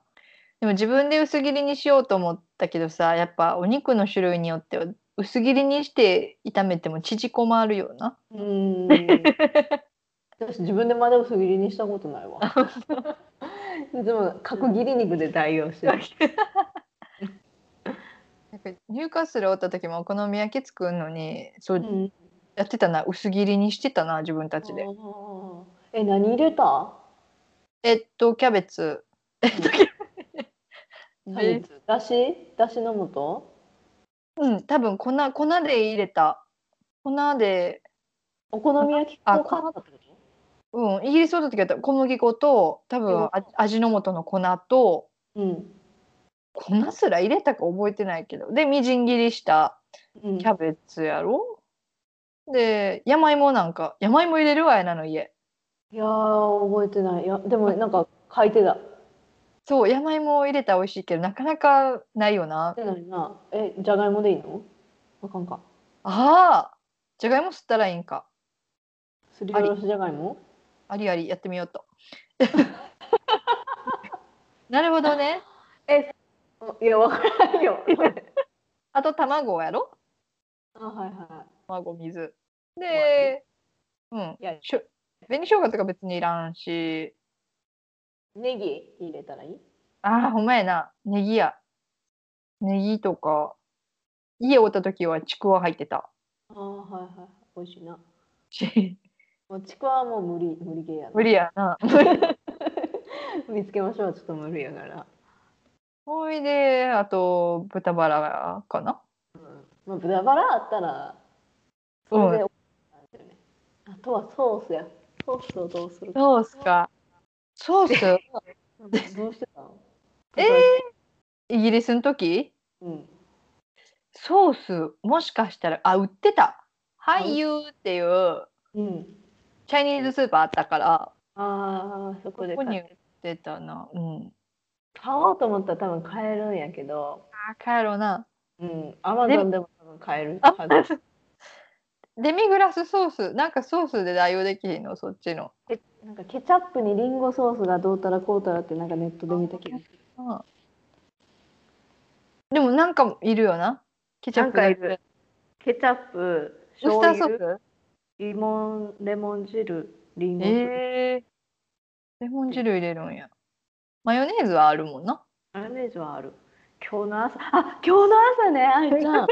[SPEAKER 2] でも自分で薄切りにしようと思ったけどさやっぱお肉の種類によっては薄切りにして炒めても縮こまるよな
[SPEAKER 1] うー
[SPEAKER 2] [laughs]
[SPEAKER 1] ん私自分でまだ薄切りにしたことない
[SPEAKER 2] [laughs]
[SPEAKER 1] わでも角切り肉で代用してる
[SPEAKER 2] [laughs] なんかニューカッスルおった時もお好み焼き作るのにそう
[SPEAKER 1] うん
[SPEAKER 2] やってたな、薄切りにしてたな自分たちで
[SPEAKER 1] あーえ何入れた
[SPEAKER 2] えっとキャベツえ [laughs] っとキャ
[SPEAKER 1] 何だしだしの素
[SPEAKER 2] うん多分粉粉で入れた粉で
[SPEAKER 1] お好み焼き粉
[SPEAKER 2] あ
[SPEAKER 1] を買ったってこと
[SPEAKER 2] うんイギリスおった時は小麦粉と多
[SPEAKER 1] うん
[SPEAKER 2] 分あ味の素の粉と
[SPEAKER 1] うん
[SPEAKER 2] 粉すら入れたか覚えてないけどでみじん切りした
[SPEAKER 1] うん
[SPEAKER 2] キャベツやろで山芋なんか山芋入れるわやなの家
[SPEAKER 1] いやー覚えてないいやでもなんか書いてた
[SPEAKER 2] そう山芋入れたら美味しいけどなかなかないよな
[SPEAKER 1] 書いてないなえじゃがいもでいいのあかんか
[SPEAKER 2] ああじゃがいも吸ったらいいんか
[SPEAKER 1] すりおろしじゃがいも
[SPEAKER 2] ありありやってみようと [laughs] なるほどね
[SPEAKER 1] いやわからんよ
[SPEAKER 2] あと卵やろ
[SPEAKER 1] [laughs] あはいは
[SPEAKER 2] 卵水でうん
[SPEAKER 1] いいや
[SPEAKER 2] しょ紅生姜とか別にいらんし
[SPEAKER 1] ネギ入れたらいい
[SPEAKER 2] ああ、ほんまやな。ネギや。ネギとか、家おった時はちくわ入ってた [laughs]
[SPEAKER 1] あーはいはい美味しいな
[SPEAKER 2] し、
[SPEAKER 1] もうちくわはもう無理無理ゲーやな
[SPEAKER 2] 無理やな。
[SPEAKER 1] [laughs] 見つけましょうはちょっと無理やから、
[SPEAKER 2] ほいで、あと、豚バラかな。
[SPEAKER 1] まあ、豚バラあったらそれで、あとはソースやソースをどうするか
[SPEAKER 2] ソースか。ソース
[SPEAKER 1] どうしてたの
[SPEAKER 2] えーイギリスの時
[SPEAKER 1] うん
[SPEAKER 2] ソース、もしかしたら、あ、売ってた。ハ
[SPEAKER 1] うん
[SPEAKER 2] イユーっていう、
[SPEAKER 1] うん
[SPEAKER 2] チャイニーズスーパーあったから、
[SPEAKER 1] ああそこで
[SPEAKER 2] ここに
[SPEAKER 1] 買
[SPEAKER 2] 売ってたな。うん。
[SPEAKER 1] 買おうと思ったら多分買えるんやけど
[SPEAKER 2] あー、帰ろうな。
[SPEAKER 1] うんアマゾンでも多分買えるはず
[SPEAKER 2] デミグラスソース、なんかソースで代用できひんの、そっちの。
[SPEAKER 1] [laughs] なんかケチャップにリンゴソースがどうたらこうたらってなんかネットで見た気がする
[SPEAKER 2] うんでもなんかいるよな。ケチャップ
[SPEAKER 1] なんかいるケチャップ
[SPEAKER 2] ウスターソース
[SPEAKER 1] レモンレモン汁リンゴ
[SPEAKER 2] えーレモン汁入れるんや。マヨネーズはあるもんな。
[SPEAKER 1] マヨネーズはある。今日の朝、 [laughs] あ、今日の朝ね、あいち [laughs] ゃん。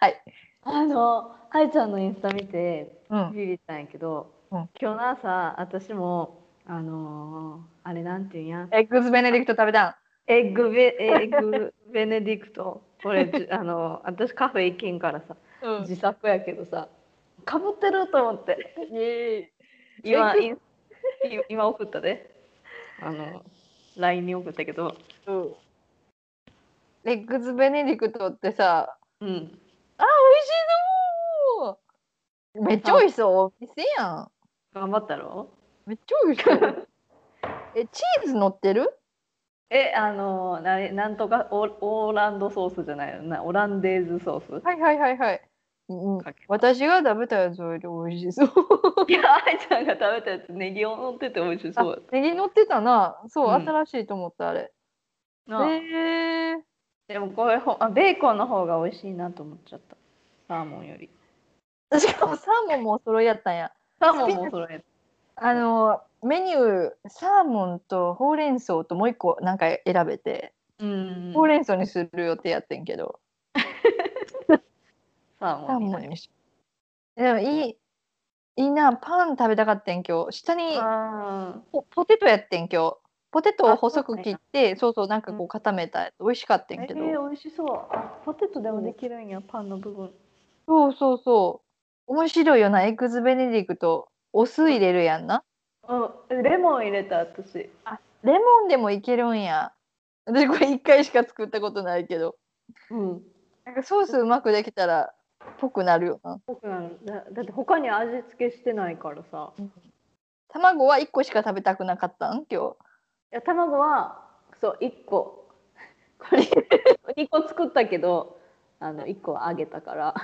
[SPEAKER 2] はい。
[SPEAKER 1] あの、あいちゃんのインスタ見て、
[SPEAKER 2] うん。
[SPEAKER 1] ビビったんやけど、
[SPEAKER 2] うん
[SPEAKER 1] 今日の朝、私も、あのーあれなんていうんや、
[SPEAKER 2] エッグスベネディクト食べたん。
[SPEAKER 1] エッグベ、エッグベネディクト。これ、じ [laughs] あのー私カフェ行けんからさ、
[SPEAKER 2] う
[SPEAKER 1] 自作やけどさ、かぶってると思って、
[SPEAKER 2] エッ
[SPEAKER 1] 今、
[SPEAKER 2] グ
[SPEAKER 1] イン今送ったで。あの、LINE に送ったけど、
[SPEAKER 2] エッグスベネディクトってさ、
[SPEAKER 1] うん。
[SPEAKER 2] 美味しそうめっちゃ美味しそう。お店やん。
[SPEAKER 1] 頑張ったろ
[SPEAKER 2] めっちゃ美味しそう。 [laughs] え、チーズ乗ってる
[SPEAKER 1] え、あのー、なれ、なんとか、オオーランドソースじゃないのな、オランデーズソース。
[SPEAKER 2] はいはいはいはい。うん、
[SPEAKER 1] かけた
[SPEAKER 2] 私が食べたやつより美味し [laughs] そう。
[SPEAKER 1] いや、愛ちゃんが食べたやつ、ネギを乗ってて美味しそうやっ
[SPEAKER 2] ネギ乗ってたな。そ
[SPEAKER 1] う
[SPEAKER 2] う、
[SPEAKER 1] ん
[SPEAKER 2] 新しいと思ったあれ。
[SPEAKER 1] た。なあ
[SPEAKER 2] へえ。
[SPEAKER 1] でも、これほ、あ、ベーコンの方が美味しいなと思っちゃった。サーモンより。
[SPEAKER 2] しかもサーモンもお揃いやったんや。
[SPEAKER 1] サーモンもそれ。
[SPEAKER 2] あのメニューサーモンとほうれん草ともう一個なんか選べて、
[SPEAKER 1] うん
[SPEAKER 2] ほうれん草にする予定やってんけど、
[SPEAKER 1] サーモン
[SPEAKER 2] サー
[SPEAKER 1] に
[SPEAKER 2] モ
[SPEAKER 1] な
[SPEAKER 2] ン
[SPEAKER 1] り
[SPEAKER 2] にしでもいい、いいな、パン食べたかったん今日。下に
[SPEAKER 1] あ
[SPEAKER 2] ポポテトやってん今日。ポテト
[SPEAKER 1] あ
[SPEAKER 2] を
[SPEAKER 1] そう
[SPEAKER 2] 細く切って、そうそう、なんかこう固めたやつ、美味しかった
[SPEAKER 1] ー
[SPEAKER 2] んやけど。
[SPEAKER 1] えー、美味しそうあポテトでもできるんやパンの部分
[SPEAKER 2] そうそうそう。面白いよな、エッグズベネディクト。お酢入れるやんな。
[SPEAKER 1] うんレモン入れた私
[SPEAKER 2] レモンでもいけるんや。私これ1回しか作ったことないけど。
[SPEAKER 1] うん
[SPEAKER 2] なんかソースうまくできたら、ぽくなるよな。
[SPEAKER 1] 僕なのだだって他に味付けしてないからさ
[SPEAKER 2] 卵は1個しか食べたくなかったん今日。
[SPEAKER 1] いや卵はそう1個これ2 [laughs] 個作ったけどあの1個はあげたから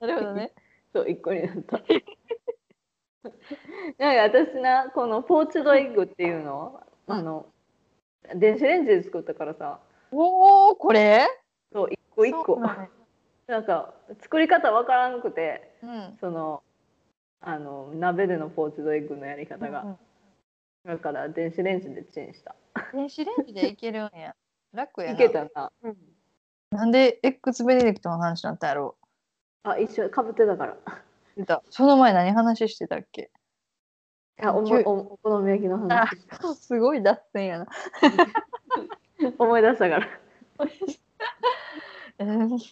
[SPEAKER 2] なる
[SPEAKER 1] ほどね。そう1個になった [laughs] なんか私なこのポーチドエッグっていうのをあの電子レンジで作ったからさ
[SPEAKER 2] [laughs] おお、これ
[SPEAKER 1] そう1個1個
[SPEAKER 2] そうなんや
[SPEAKER 1] なんか作り方わからんくて
[SPEAKER 2] うん。
[SPEAKER 1] そのあの鍋でのポーチドエッグのやり方が、だから電子レンジでチンした
[SPEAKER 2] 電子レンジでいけるんや。楽や
[SPEAKER 1] い
[SPEAKER 2] な。
[SPEAKER 1] けたな、
[SPEAKER 2] なんで X ベネディクトの話なんだろ
[SPEAKER 1] あ一緒かぶってたから
[SPEAKER 2] う。出たその前何話してたっけ
[SPEAKER 1] あおも
[SPEAKER 2] 急
[SPEAKER 1] おお好み焼きの話
[SPEAKER 2] すごい脱線やな。
[SPEAKER 1] [laughs]
[SPEAKER 2] [laughs]
[SPEAKER 1] 思い出したから
[SPEAKER 2] えーい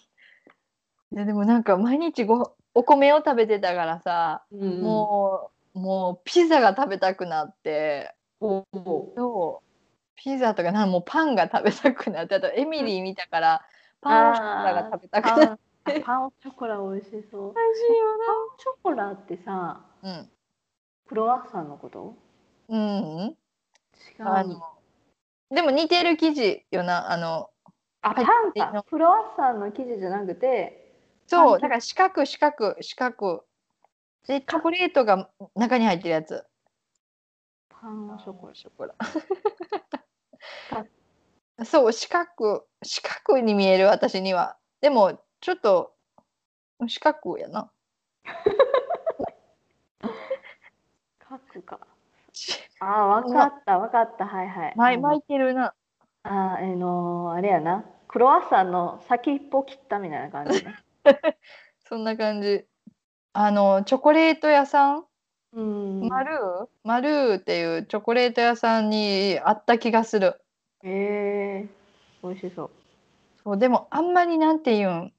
[SPEAKER 2] やでもなんか毎日ごお米を食べてたからさ、
[SPEAKER 1] も
[SPEAKER 2] もうもうピザが食べたくなって
[SPEAKER 1] うんお
[SPEAKER 2] そうピザとかなんもうパンが食べたくなってあとエミリー見たからパンショコラが食べたくな
[SPEAKER 1] パ
[SPEAKER 2] って
[SPEAKER 1] ンパンチョコラ美味しそうパンチョコラってさ
[SPEAKER 2] うん
[SPEAKER 1] クロワッサンのこと
[SPEAKER 2] うんうん
[SPEAKER 1] 違う
[SPEAKER 2] あのでも似てる生地よなあの
[SPEAKER 1] あパンかクロワッサンの生地じゃなくて
[SPEAKER 2] そ
[SPEAKER 1] パ
[SPEAKER 2] う
[SPEAKER 1] ン
[SPEAKER 2] だから四角四角四角でチョコレートが中に入ってるやつ
[SPEAKER 1] パンチョコラ
[SPEAKER 2] ショコラ [laughs] そう四角四角に見える私にはでもちょっと四角やな
[SPEAKER 1] 書くかあわかったわかったはいはい
[SPEAKER 2] 巻
[SPEAKER 1] あの
[SPEAKER 2] 巻いてるな
[SPEAKER 1] あーあのーあれやなクロワッサンの先っぽ切ったみたいな感じ
[SPEAKER 2] [laughs]
[SPEAKER 1] ね
[SPEAKER 2] そんな感じあのチョコレート屋さん
[SPEAKER 1] うん
[SPEAKER 2] マルーマルーっていうチョコレート屋さんにあった気がする
[SPEAKER 1] えー、美味しそう
[SPEAKER 2] そうでもあんまりなんていうん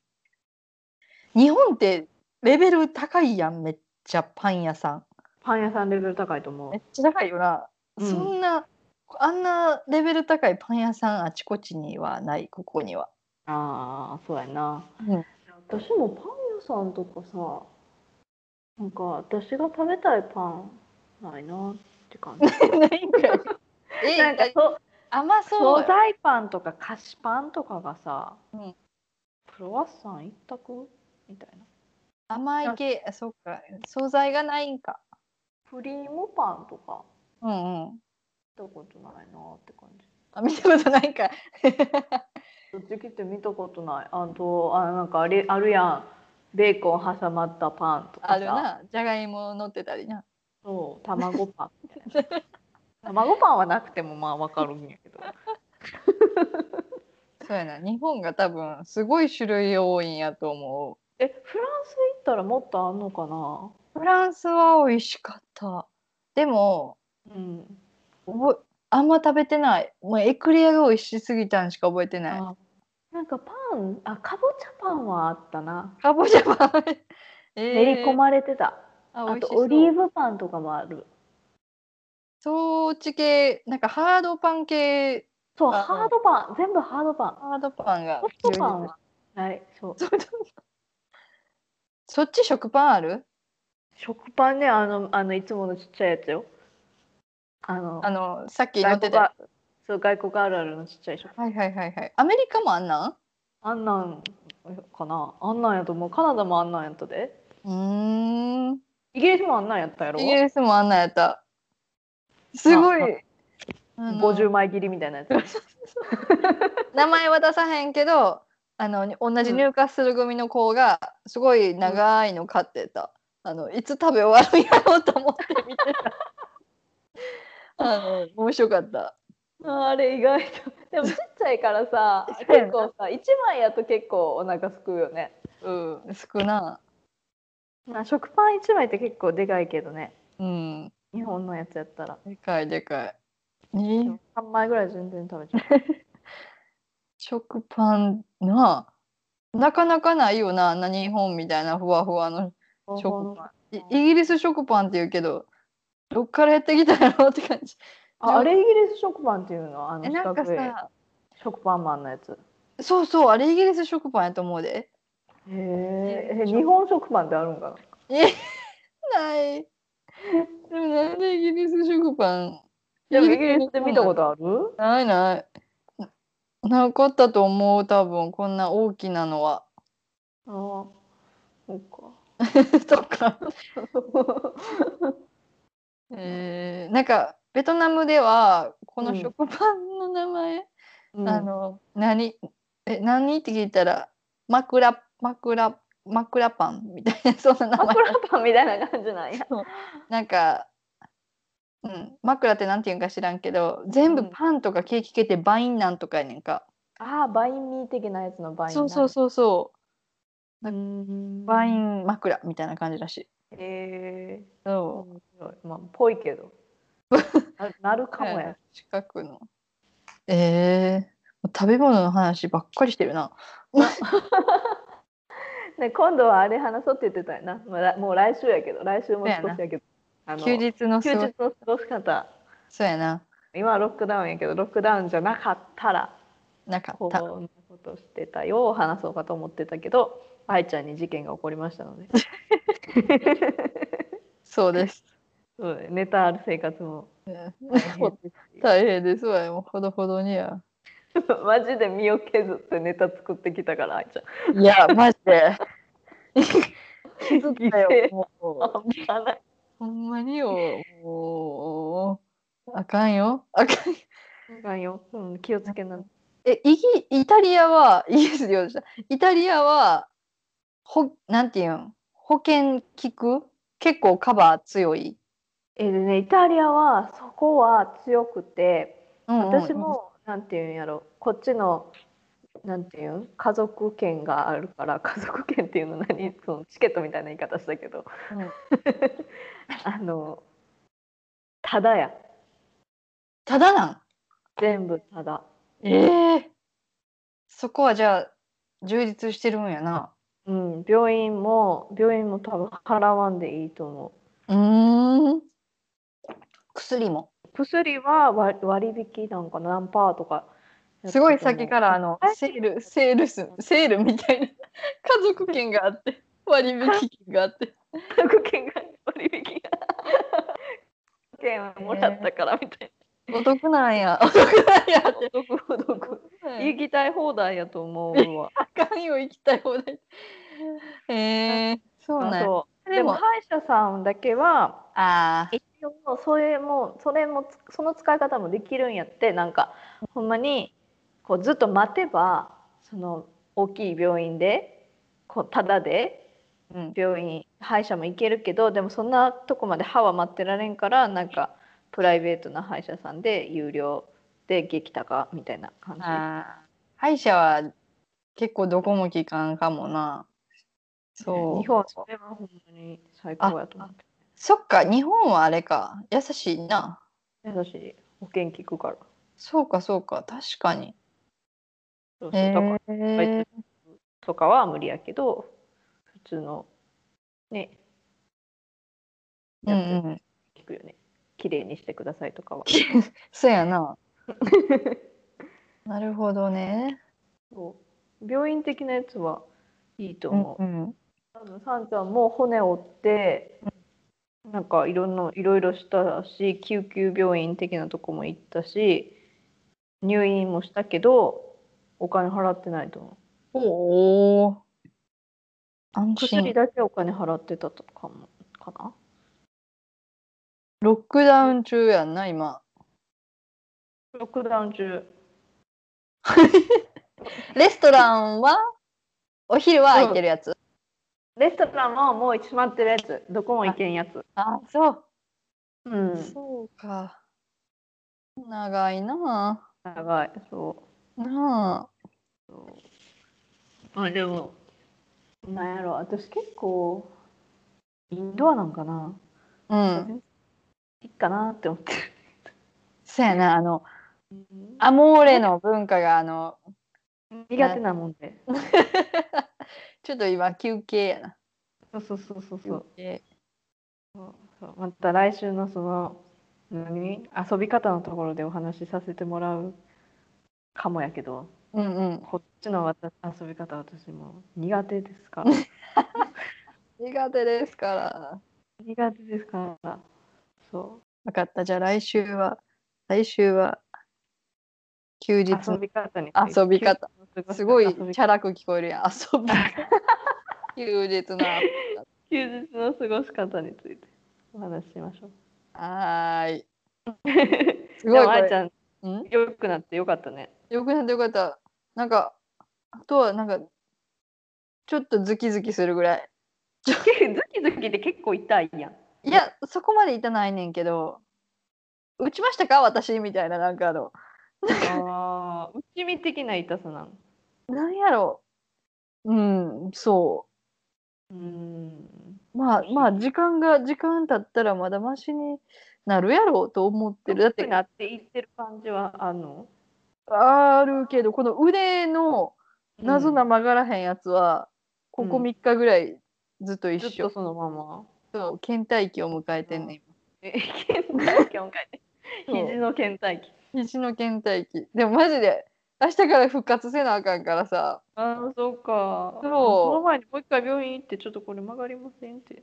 [SPEAKER 2] 日本ってレベル高いやんめっちゃパン屋さん
[SPEAKER 1] パン屋さんレベル高いと思う
[SPEAKER 2] めっちゃ高いよな、
[SPEAKER 1] うん
[SPEAKER 2] そんなあんなレベル高いパン屋さんあちこちにはないここには、
[SPEAKER 1] ああそうやな
[SPEAKER 2] うん、
[SPEAKER 1] 私もパン屋さんとかさなんか私が食べたいパンないなって感じ
[SPEAKER 2] [laughs] ないんかいえ
[SPEAKER 1] [laughs] なんかそ
[SPEAKER 2] 甘そう
[SPEAKER 1] 惣菜パンとか菓子パンとかがさ、
[SPEAKER 2] うん
[SPEAKER 1] クロワッサン一択みたいな
[SPEAKER 2] 甘い系あそっか惣菜がないんか
[SPEAKER 1] クリームパンとか
[SPEAKER 2] うんうん
[SPEAKER 1] 見たことないなって感じ
[SPEAKER 2] あ見たことないんか
[SPEAKER 1] どっち切って見たことないあとあなんかあれあるやんベーコン挟まったパンとかさ
[SPEAKER 2] あるなじゃがいも乗ってたりな
[SPEAKER 1] そう卵 [laughs] パンみたいな卵パンはなくてもまあわかるんやけど
[SPEAKER 2] そうやな日本が多分すごい種類多いんやと思
[SPEAKER 1] えフランス行ったらもっとあんのかな
[SPEAKER 2] うフランスは美味しかったでも
[SPEAKER 1] うん
[SPEAKER 2] 覚えあんま食べてないもうエクレアが美味しすぎたんしか覚えてない
[SPEAKER 1] あなんかパンあかぼちゃパンはあったな
[SPEAKER 2] かぼちゃ [laughs] パンえー
[SPEAKER 1] 練り込まれてた、
[SPEAKER 2] あ
[SPEAKER 1] あ
[SPEAKER 2] 美味
[SPEAKER 1] と
[SPEAKER 2] しそう
[SPEAKER 1] オリーブパンとかもある
[SPEAKER 2] 装置系なんかハードパン系
[SPEAKER 1] そう
[SPEAKER 2] あ
[SPEAKER 1] ハードパン全部ハードパン
[SPEAKER 2] ハードパンが
[SPEAKER 1] ソフトパンははいそう
[SPEAKER 2] [laughs] そっち食パンある
[SPEAKER 1] 食パンねあのあのいつものちっちゃいやつよあの
[SPEAKER 2] あのさっき乗
[SPEAKER 1] 外
[SPEAKER 2] って
[SPEAKER 1] 国
[SPEAKER 2] た
[SPEAKER 1] あそう外国あるあるのちっちゃい食パン
[SPEAKER 2] はいはいはいはいアメリカもあんな
[SPEAKER 1] あんなんかなあんなんやと思うカナダもあんなんやったで
[SPEAKER 2] んうーん
[SPEAKER 1] イギリスもあんなんやったやろ
[SPEAKER 2] イギリスもあんなんやったすごい
[SPEAKER 1] あ
[SPEAKER 2] あの
[SPEAKER 1] 50枚切りみたいなやつ
[SPEAKER 2] 名前は出さへんけどあの同じ入荷する組の子がすごい長いの買ってた、あのいつ食べ終わるんやろうと思って見てたあの面白かった
[SPEAKER 1] あれ意外とでもちっちゃいからさ [laughs]
[SPEAKER 2] そうや
[SPEAKER 1] 結
[SPEAKER 2] な
[SPEAKER 1] 構さ1枚やと結構お腹すくうよね
[SPEAKER 2] うん少な
[SPEAKER 1] まあ、食パン1枚って結構でかいけどね
[SPEAKER 2] うん。
[SPEAKER 1] 日本のやつやったら
[SPEAKER 2] でかいでかい。ね
[SPEAKER 1] 3枚ぐらい全然食べちゃう
[SPEAKER 2] 食パンなあ。なかなかないよな、あんな日本みたいなふわふわの。食パン。いイギリス食パンって言うけど、どっからやってきたんやろうって感じ。
[SPEAKER 1] ああれイギリス食パンっていうのあの
[SPEAKER 2] え、
[SPEAKER 1] 四
[SPEAKER 2] なんか
[SPEAKER 1] 角い
[SPEAKER 2] さ、
[SPEAKER 1] 食パンマンのやつ
[SPEAKER 2] そうそう、あれイギリス食パンやと思うで。
[SPEAKER 1] へええ日本食パンってあるんかな
[SPEAKER 2] ない。でもなんでイギリス食パン
[SPEAKER 1] でもイギリスで見たことある
[SPEAKER 2] ないない。なかったと思う、多分こんな大きなのは。 [laughs]
[SPEAKER 1] ああそうか
[SPEAKER 2] とか。えーなんか、ベトナムでは、この
[SPEAKER 1] うん
[SPEAKER 2] 食パンの名前、
[SPEAKER 1] うん
[SPEAKER 2] あの、何、え、何って聞いたら、枕、枕、枕パンみたいな、 [laughs] そんな名前。
[SPEAKER 1] 枕パンみたいな感じなんや
[SPEAKER 2] なんか、うん、枕ってなんていうんか知らんけど全
[SPEAKER 1] う
[SPEAKER 2] 部
[SPEAKER 1] ん
[SPEAKER 2] パンとかケーキ系ってバインなんとかやねんか、
[SPEAKER 1] ああバインミー的なやつのバイン
[SPEAKER 2] そうそうそうそう
[SPEAKER 1] う
[SPEAKER 2] うんバイン枕みたいな感じらしい
[SPEAKER 1] へえ
[SPEAKER 2] そ
[SPEAKER 1] 面白いまあぽいけどななる
[SPEAKER 2] う
[SPEAKER 1] かもや
[SPEAKER 2] 近くのえー、もう食べ物の話ばっかりしてるな
[SPEAKER 1] ね、今度はあれ話そうって言ってたよな、まあ、らもう来週やけど来週も少しやけどあの
[SPEAKER 2] 休日の
[SPEAKER 1] 休
[SPEAKER 2] 過ご
[SPEAKER 1] 日の過ごし方
[SPEAKER 2] そうやな
[SPEAKER 1] 今はロックダウンやけどロックダウンじゃなかったら
[SPEAKER 2] なか
[SPEAKER 1] こ
[SPEAKER 2] っ
[SPEAKER 1] んな
[SPEAKER 2] た
[SPEAKER 1] ことしてたよを話そうかと思ってたけど愛ちゃんに事件が起こりましたの [laughs] で
[SPEAKER 2] そうです
[SPEAKER 1] そうだねネタある生活も
[SPEAKER 2] うん
[SPEAKER 1] 大変ですし
[SPEAKER 2] [laughs] 大変ですわよもうほどほどにや
[SPEAKER 1] [laughs] マジで身を削ってネタ作ってきたから愛ちゃん
[SPEAKER 2] いやマジで気づいたよ
[SPEAKER 1] 犠牲
[SPEAKER 2] もう
[SPEAKER 1] 半端ない
[SPEAKER 2] ほんまによ、もう、あかんよ。あかんよ。
[SPEAKER 1] あかんよ、うん、気をつけな
[SPEAKER 2] え、イギ、イタリアは、イギリスで言おうとした。イタリアは、ほ、なんていうん、保険効く結構カバー強い。
[SPEAKER 1] えーでねイタリアはそこは強くて
[SPEAKER 2] うんうん
[SPEAKER 1] 私、もなんていうんやろこっちのなんていうん家族券があるから家族券っていうの何そのチケットみたいな言い方したけど
[SPEAKER 2] うん
[SPEAKER 1] [laughs] あのただや
[SPEAKER 2] ただなん。
[SPEAKER 1] 全部ただ
[SPEAKER 2] ええそこはじゃあ、充実してるんやな。
[SPEAKER 1] うん病院も病院も多分払わんでいいと思
[SPEAKER 2] うーん。薬も。
[SPEAKER 1] う薬は割割引なんかな何パーとかやった
[SPEAKER 2] す
[SPEAKER 1] と思
[SPEAKER 2] ご
[SPEAKER 1] う
[SPEAKER 2] い先からあの
[SPEAKER 1] はい
[SPEAKER 2] セールセールスセールみたいな [laughs] 家族券があって割引券があって
[SPEAKER 1] 家族券が割引が券はもらったからみたい
[SPEAKER 2] お得なんやお得なんや
[SPEAKER 1] な、お得お得行
[SPEAKER 2] 行
[SPEAKER 1] きたい放題やと思うわ。
[SPEAKER 2] かんよ行きたい放題えー、 [laughs] そうなん
[SPEAKER 1] あ
[SPEAKER 2] や
[SPEAKER 1] と
[SPEAKER 2] でも
[SPEAKER 1] でも歯医者さんだけは
[SPEAKER 2] あー
[SPEAKER 1] 一応それもそれもつその使い方もできるんやってなんかほんまにこうずっと待てばその大きい病院でこうただで
[SPEAKER 2] うん
[SPEAKER 1] 病院歯医者も行けるけどでもそんなとこまで歯は待ってられんからなんかプライベートな歯医者さんで有料で激高みたいな感じ。
[SPEAKER 2] あー歯医者は結構どこも聞かんかもなそう
[SPEAKER 1] 日本はそれはほんまに最高やと思って。
[SPEAKER 2] そっか日本はあれか優しいな
[SPEAKER 1] 優しい保険聞くから。
[SPEAKER 2] そうかそうか確かに
[SPEAKER 1] そうそう
[SPEAKER 2] え
[SPEAKER 1] だから
[SPEAKER 2] ー、
[SPEAKER 1] とかは無理やけど普通のね
[SPEAKER 2] う
[SPEAKER 1] やつ
[SPEAKER 2] んうん [laughs]
[SPEAKER 1] 聞くよね、綺麗にしてくださいとかは
[SPEAKER 2] そうやな。 [laughs] なるほどね。
[SPEAKER 1] そう病院的なやつはいいと
[SPEAKER 2] うん
[SPEAKER 1] 思う、
[SPEAKER 2] うん、
[SPEAKER 1] あのサンちゃんも骨折ってなんかいろんないろいろしたし救急病院的なとこも行ったし入院もしたけどお金払ってないと思う
[SPEAKER 2] おお。安
[SPEAKER 1] 薬
[SPEAKER 2] 心。
[SPEAKER 1] だけお金払ってたとかもかな
[SPEAKER 2] ロックダウン中やんな、今。
[SPEAKER 1] ロックダウン中
[SPEAKER 2] レストランはお昼は空いてるやつ。
[SPEAKER 1] レストランはもう閉まってるやつどこも行けんやつ
[SPEAKER 2] あ、そう。
[SPEAKER 1] うん
[SPEAKER 2] そうか。長いな
[SPEAKER 1] 長いそ
[SPEAKER 2] あ。な
[SPEAKER 1] うそうあでもなんやろ私結構インドアなんかな、
[SPEAKER 2] うん。
[SPEAKER 1] いいかなって思ってる。
[SPEAKER 2] そやな、あの、アモーレの文化が、あの、
[SPEAKER 1] 苦手なもんで。
[SPEAKER 2] ちょっと今休憩やな。
[SPEAKER 1] そうそうそうそうそう
[SPEAKER 2] 休憩。
[SPEAKER 1] そうまた来週のその何遊び方のところでお話しさせてもらうかもやけど
[SPEAKER 2] うんうん。
[SPEAKER 1] こっちの私遊び方私も苦手です [laughs] から
[SPEAKER 2] 苦手ですから。
[SPEAKER 1] 苦手ですからそ
[SPEAKER 2] 分かった。じゃあ来週は、来週は、休
[SPEAKER 1] う
[SPEAKER 2] 日
[SPEAKER 1] 遊
[SPEAKER 2] の
[SPEAKER 1] び方に
[SPEAKER 2] 遊び方すごいチ
[SPEAKER 1] 休
[SPEAKER 2] ャラく聞こえるやん。
[SPEAKER 1] [laughs]
[SPEAKER 2] 遊び。休日の。
[SPEAKER 1] 日の過ごし方についてお話ししましょう
[SPEAKER 2] は
[SPEAKER 1] [laughs]
[SPEAKER 2] ーい。す
[SPEAKER 1] で
[SPEAKER 2] ごい
[SPEAKER 1] も
[SPEAKER 2] こ
[SPEAKER 1] あいち
[SPEAKER 2] れ。
[SPEAKER 1] ゃん
[SPEAKER 2] うん
[SPEAKER 1] 良くなってよかったね [laughs]
[SPEAKER 2] よくなってよかった。なんか、あとはなんか、ちょっとズキズキするぐらい。
[SPEAKER 1] ズキズキで結構痛いやん
[SPEAKER 2] いや、そこまで痛ないねんけど、打ちましたか私みたいな、なんかあの、
[SPEAKER 1] あー内身的な痛さなん
[SPEAKER 2] なんやろう。うん、そう。
[SPEAKER 1] うん
[SPEAKER 2] まあまあ時間が時間経ったらまだマシになるやろうと思ってるだっ
[SPEAKER 1] 良
[SPEAKER 2] て
[SPEAKER 1] くなっていってる感じはあんの
[SPEAKER 2] あるけどこの腕の謎な曲がらへんやつは、ここ
[SPEAKER 1] うん
[SPEAKER 2] 3日ぐらいずっと一
[SPEAKER 1] ずっ
[SPEAKER 2] 緒
[SPEAKER 1] と、そのま [laughs] ま。
[SPEAKER 2] [laughs] そう倦怠期を迎えてんね、
[SPEAKER 1] え、倦怠期を迎えて。
[SPEAKER 2] そう
[SPEAKER 1] 肘の倦怠期。
[SPEAKER 2] ん、肘の倦怠期でもマジで明日から復活せなあかんからさ
[SPEAKER 1] ああ、そうか。
[SPEAKER 2] そう
[SPEAKER 1] の前にもう一回病院行って、ちょっとこれ曲がりませんって。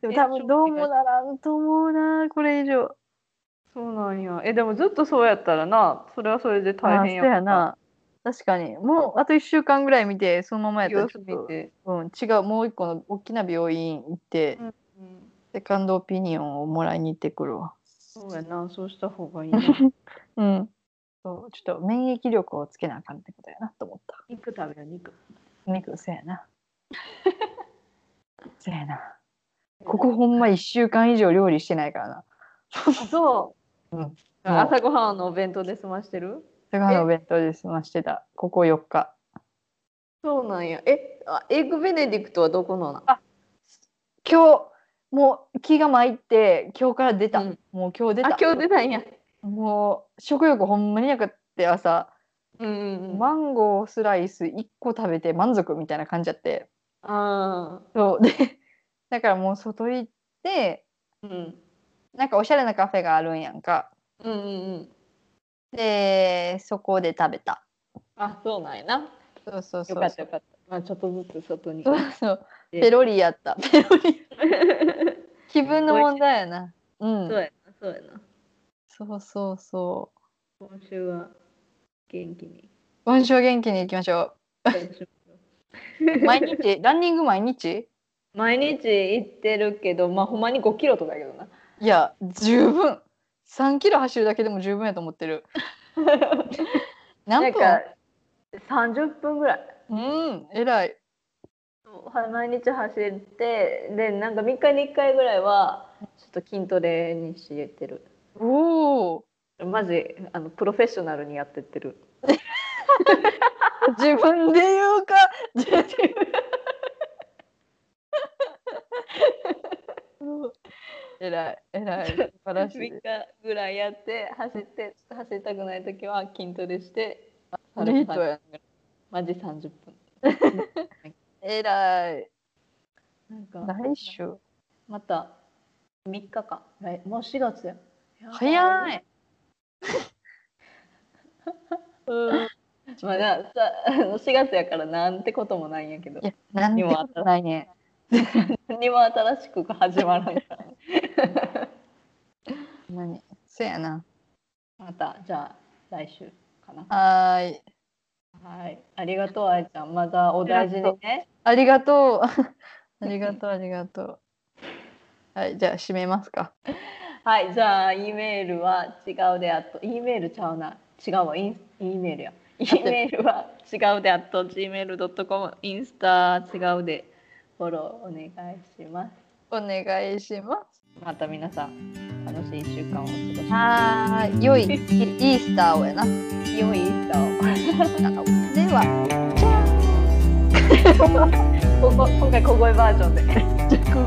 [SPEAKER 2] でも
[SPEAKER 1] え
[SPEAKER 2] 多分どうもならんと思うなこれ以上
[SPEAKER 1] そうなんや。え、でもずっとそうやったらな、それはそれで
[SPEAKER 2] あ
[SPEAKER 1] 大変や
[SPEAKER 2] そうや。な確かにもうあと1週間ぐらい見てそのままやったら
[SPEAKER 1] 様
[SPEAKER 2] ち
[SPEAKER 1] 子
[SPEAKER 2] ょっ
[SPEAKER 1] 見
[SPEAKER 2] と、
[SPEAKER 1] て。
[SPEAKER 2] うん、違うもう一個の大きな病院行って、
[SPEAKER 1] うんうん
[SPEAKER 2] セカンドオピニオンをもらいに行ってくる [laughs] わ。
[SPEAKER 1] そうやな、そうした方がいいな。
[SPEAKER 2] うん。そう、ちょっと免疫力をつけなあかんってことやなと思った。
[SPEAKER 1] [laughs] 肉食べよう、肉。
[SPEAKER 2] 肉、そうや [laughs] な。そうやな。ここほんま1週間以上料理してないからな。
[SPEAKER 1] そう。
[SPEAKER 2] うん
[SPEAKER 1] 朝ごはんのお弁当で済ましてる
[SPEAKER 2] セカンドお弁当で済ましてた。ここ4日。
[SPEAKER 1] そうなんや。え、あエッグベネディクトはどこのな
[SPEAKER 2] 今日、もう気が参って、今日から出た。
[SPEAKER 1] うん
[SPEAKER 2] もう今日出た。
[SPEAKER 1] あ、今日出たんや。
[SPEAKER 2] もう食欲ほんまになかった朝、
[SPEAKER 1] うんうんうん。
[SPEAKER 2] マンゴースライス1個食べて満足みたいな感じやって。
[SPEAKER 1] あ
[SPEAKER 2] そうで [laughs] だからもう外行って
[SPEAKER 1] ーうん。
[SPEAKER 2] なんかおしゃれなカフェがあるんやんか
[SPEAKER 1] うんうんうん。
[SPEAKER 2] でそこで食べた
[SPEAKER 1] あ、そうなんやな。
[SPEAKER 2] そうそうそう
[SPEAKER 1] よかったよかった。まあちょっとずつ外に。
[SPEAKER 2] そうそうペロリやった [laughs] ペロリ気分の問題やなう
[SPEAKER 1] [laughs]
[SPEAKER 2] ん
[SPEAKER 1] そうやな、そうやな。
[SPEAKER 2] そうそうそう
[SPEAKER 1] 今週は元気 [laughs] に。
[SPEAKER 2] 今週は元気にいきましょう毎日ランニング毎日
[SPEAKER 1] 毎日行ってるけど、まあほんまに5キロとかやけどな。
[SPEAKER 2] いや十分3キロ走るだけでも十分やと思ってる
[SPEAKER 1] な
[SPEAKER 2] 何
[SPEAKER 1] ん
[SPEAKER 2] 分
[SPEAKER 1] か30分ぐらい。
[SPEAKER 2] うん偉い
[SPEAKER 1] はい毎日走ってでなんか3日に1回ぐらいはちょっと筋トレにしてる
[SPEAKER 2] おお
[SPEAKER 1] マジあのプロフェッショナルにやってってる
[SPEAKER 2] 自分で言うか自分で言うえらいえらい素晴らし
[SPEAKER 1] 3
[SPEAKER 2] い
[SPEAKER 1] 日ぐらいやって走って走りたくない時は筋トレして
[SPEAKER 2] リートや
[SPEAKER 1] マジ30分
[SPEAKER 2] えらい
[SPEAKER 1] なんか
[SPEAKER 2] 来週
[SPEAKER 1] また3日間来もう4月や
[SPEAKER 2] 早い
[SPEAKER 1] まださあの4月やからなんてこともないんやけど
[SPEAKER 2] いやなんてことないね
[SPEAKER 1] 何も新しく始まらんから
[SPEAKER 2] 何せやな
[SPEAKER 1] [laughs] またじゃあ来週かな
[SPEAKER 2] はーい
[SPEAKER 1] はいありがとうあいちゃんまたお大事にね
[SPEAKER 2] ありがとう [laughs] ありがとうありがとうはいじゃあ締めますか
[SPEAKER 1] はいじゃあ E メールは違うであっと E メールちゃうな違うわイン E メールや E メールは違うであっと gmail.com インスタ違うでフォローお願いします
[SPEAKER 2] お願いしま
[SPEAKER 1] また皆さん楽しい1週間をお過ごしく
[SPEAKER 2] す
[SPEAKER 1] だ
[SPEAKER 2] はーい良いイースターをやな
[SPEAKER 1] さい良いイースターを
[SPEAKER 2] では
[SPEAKER 1] ここ今回小声バージョンで
[SPEAKER 2] 着声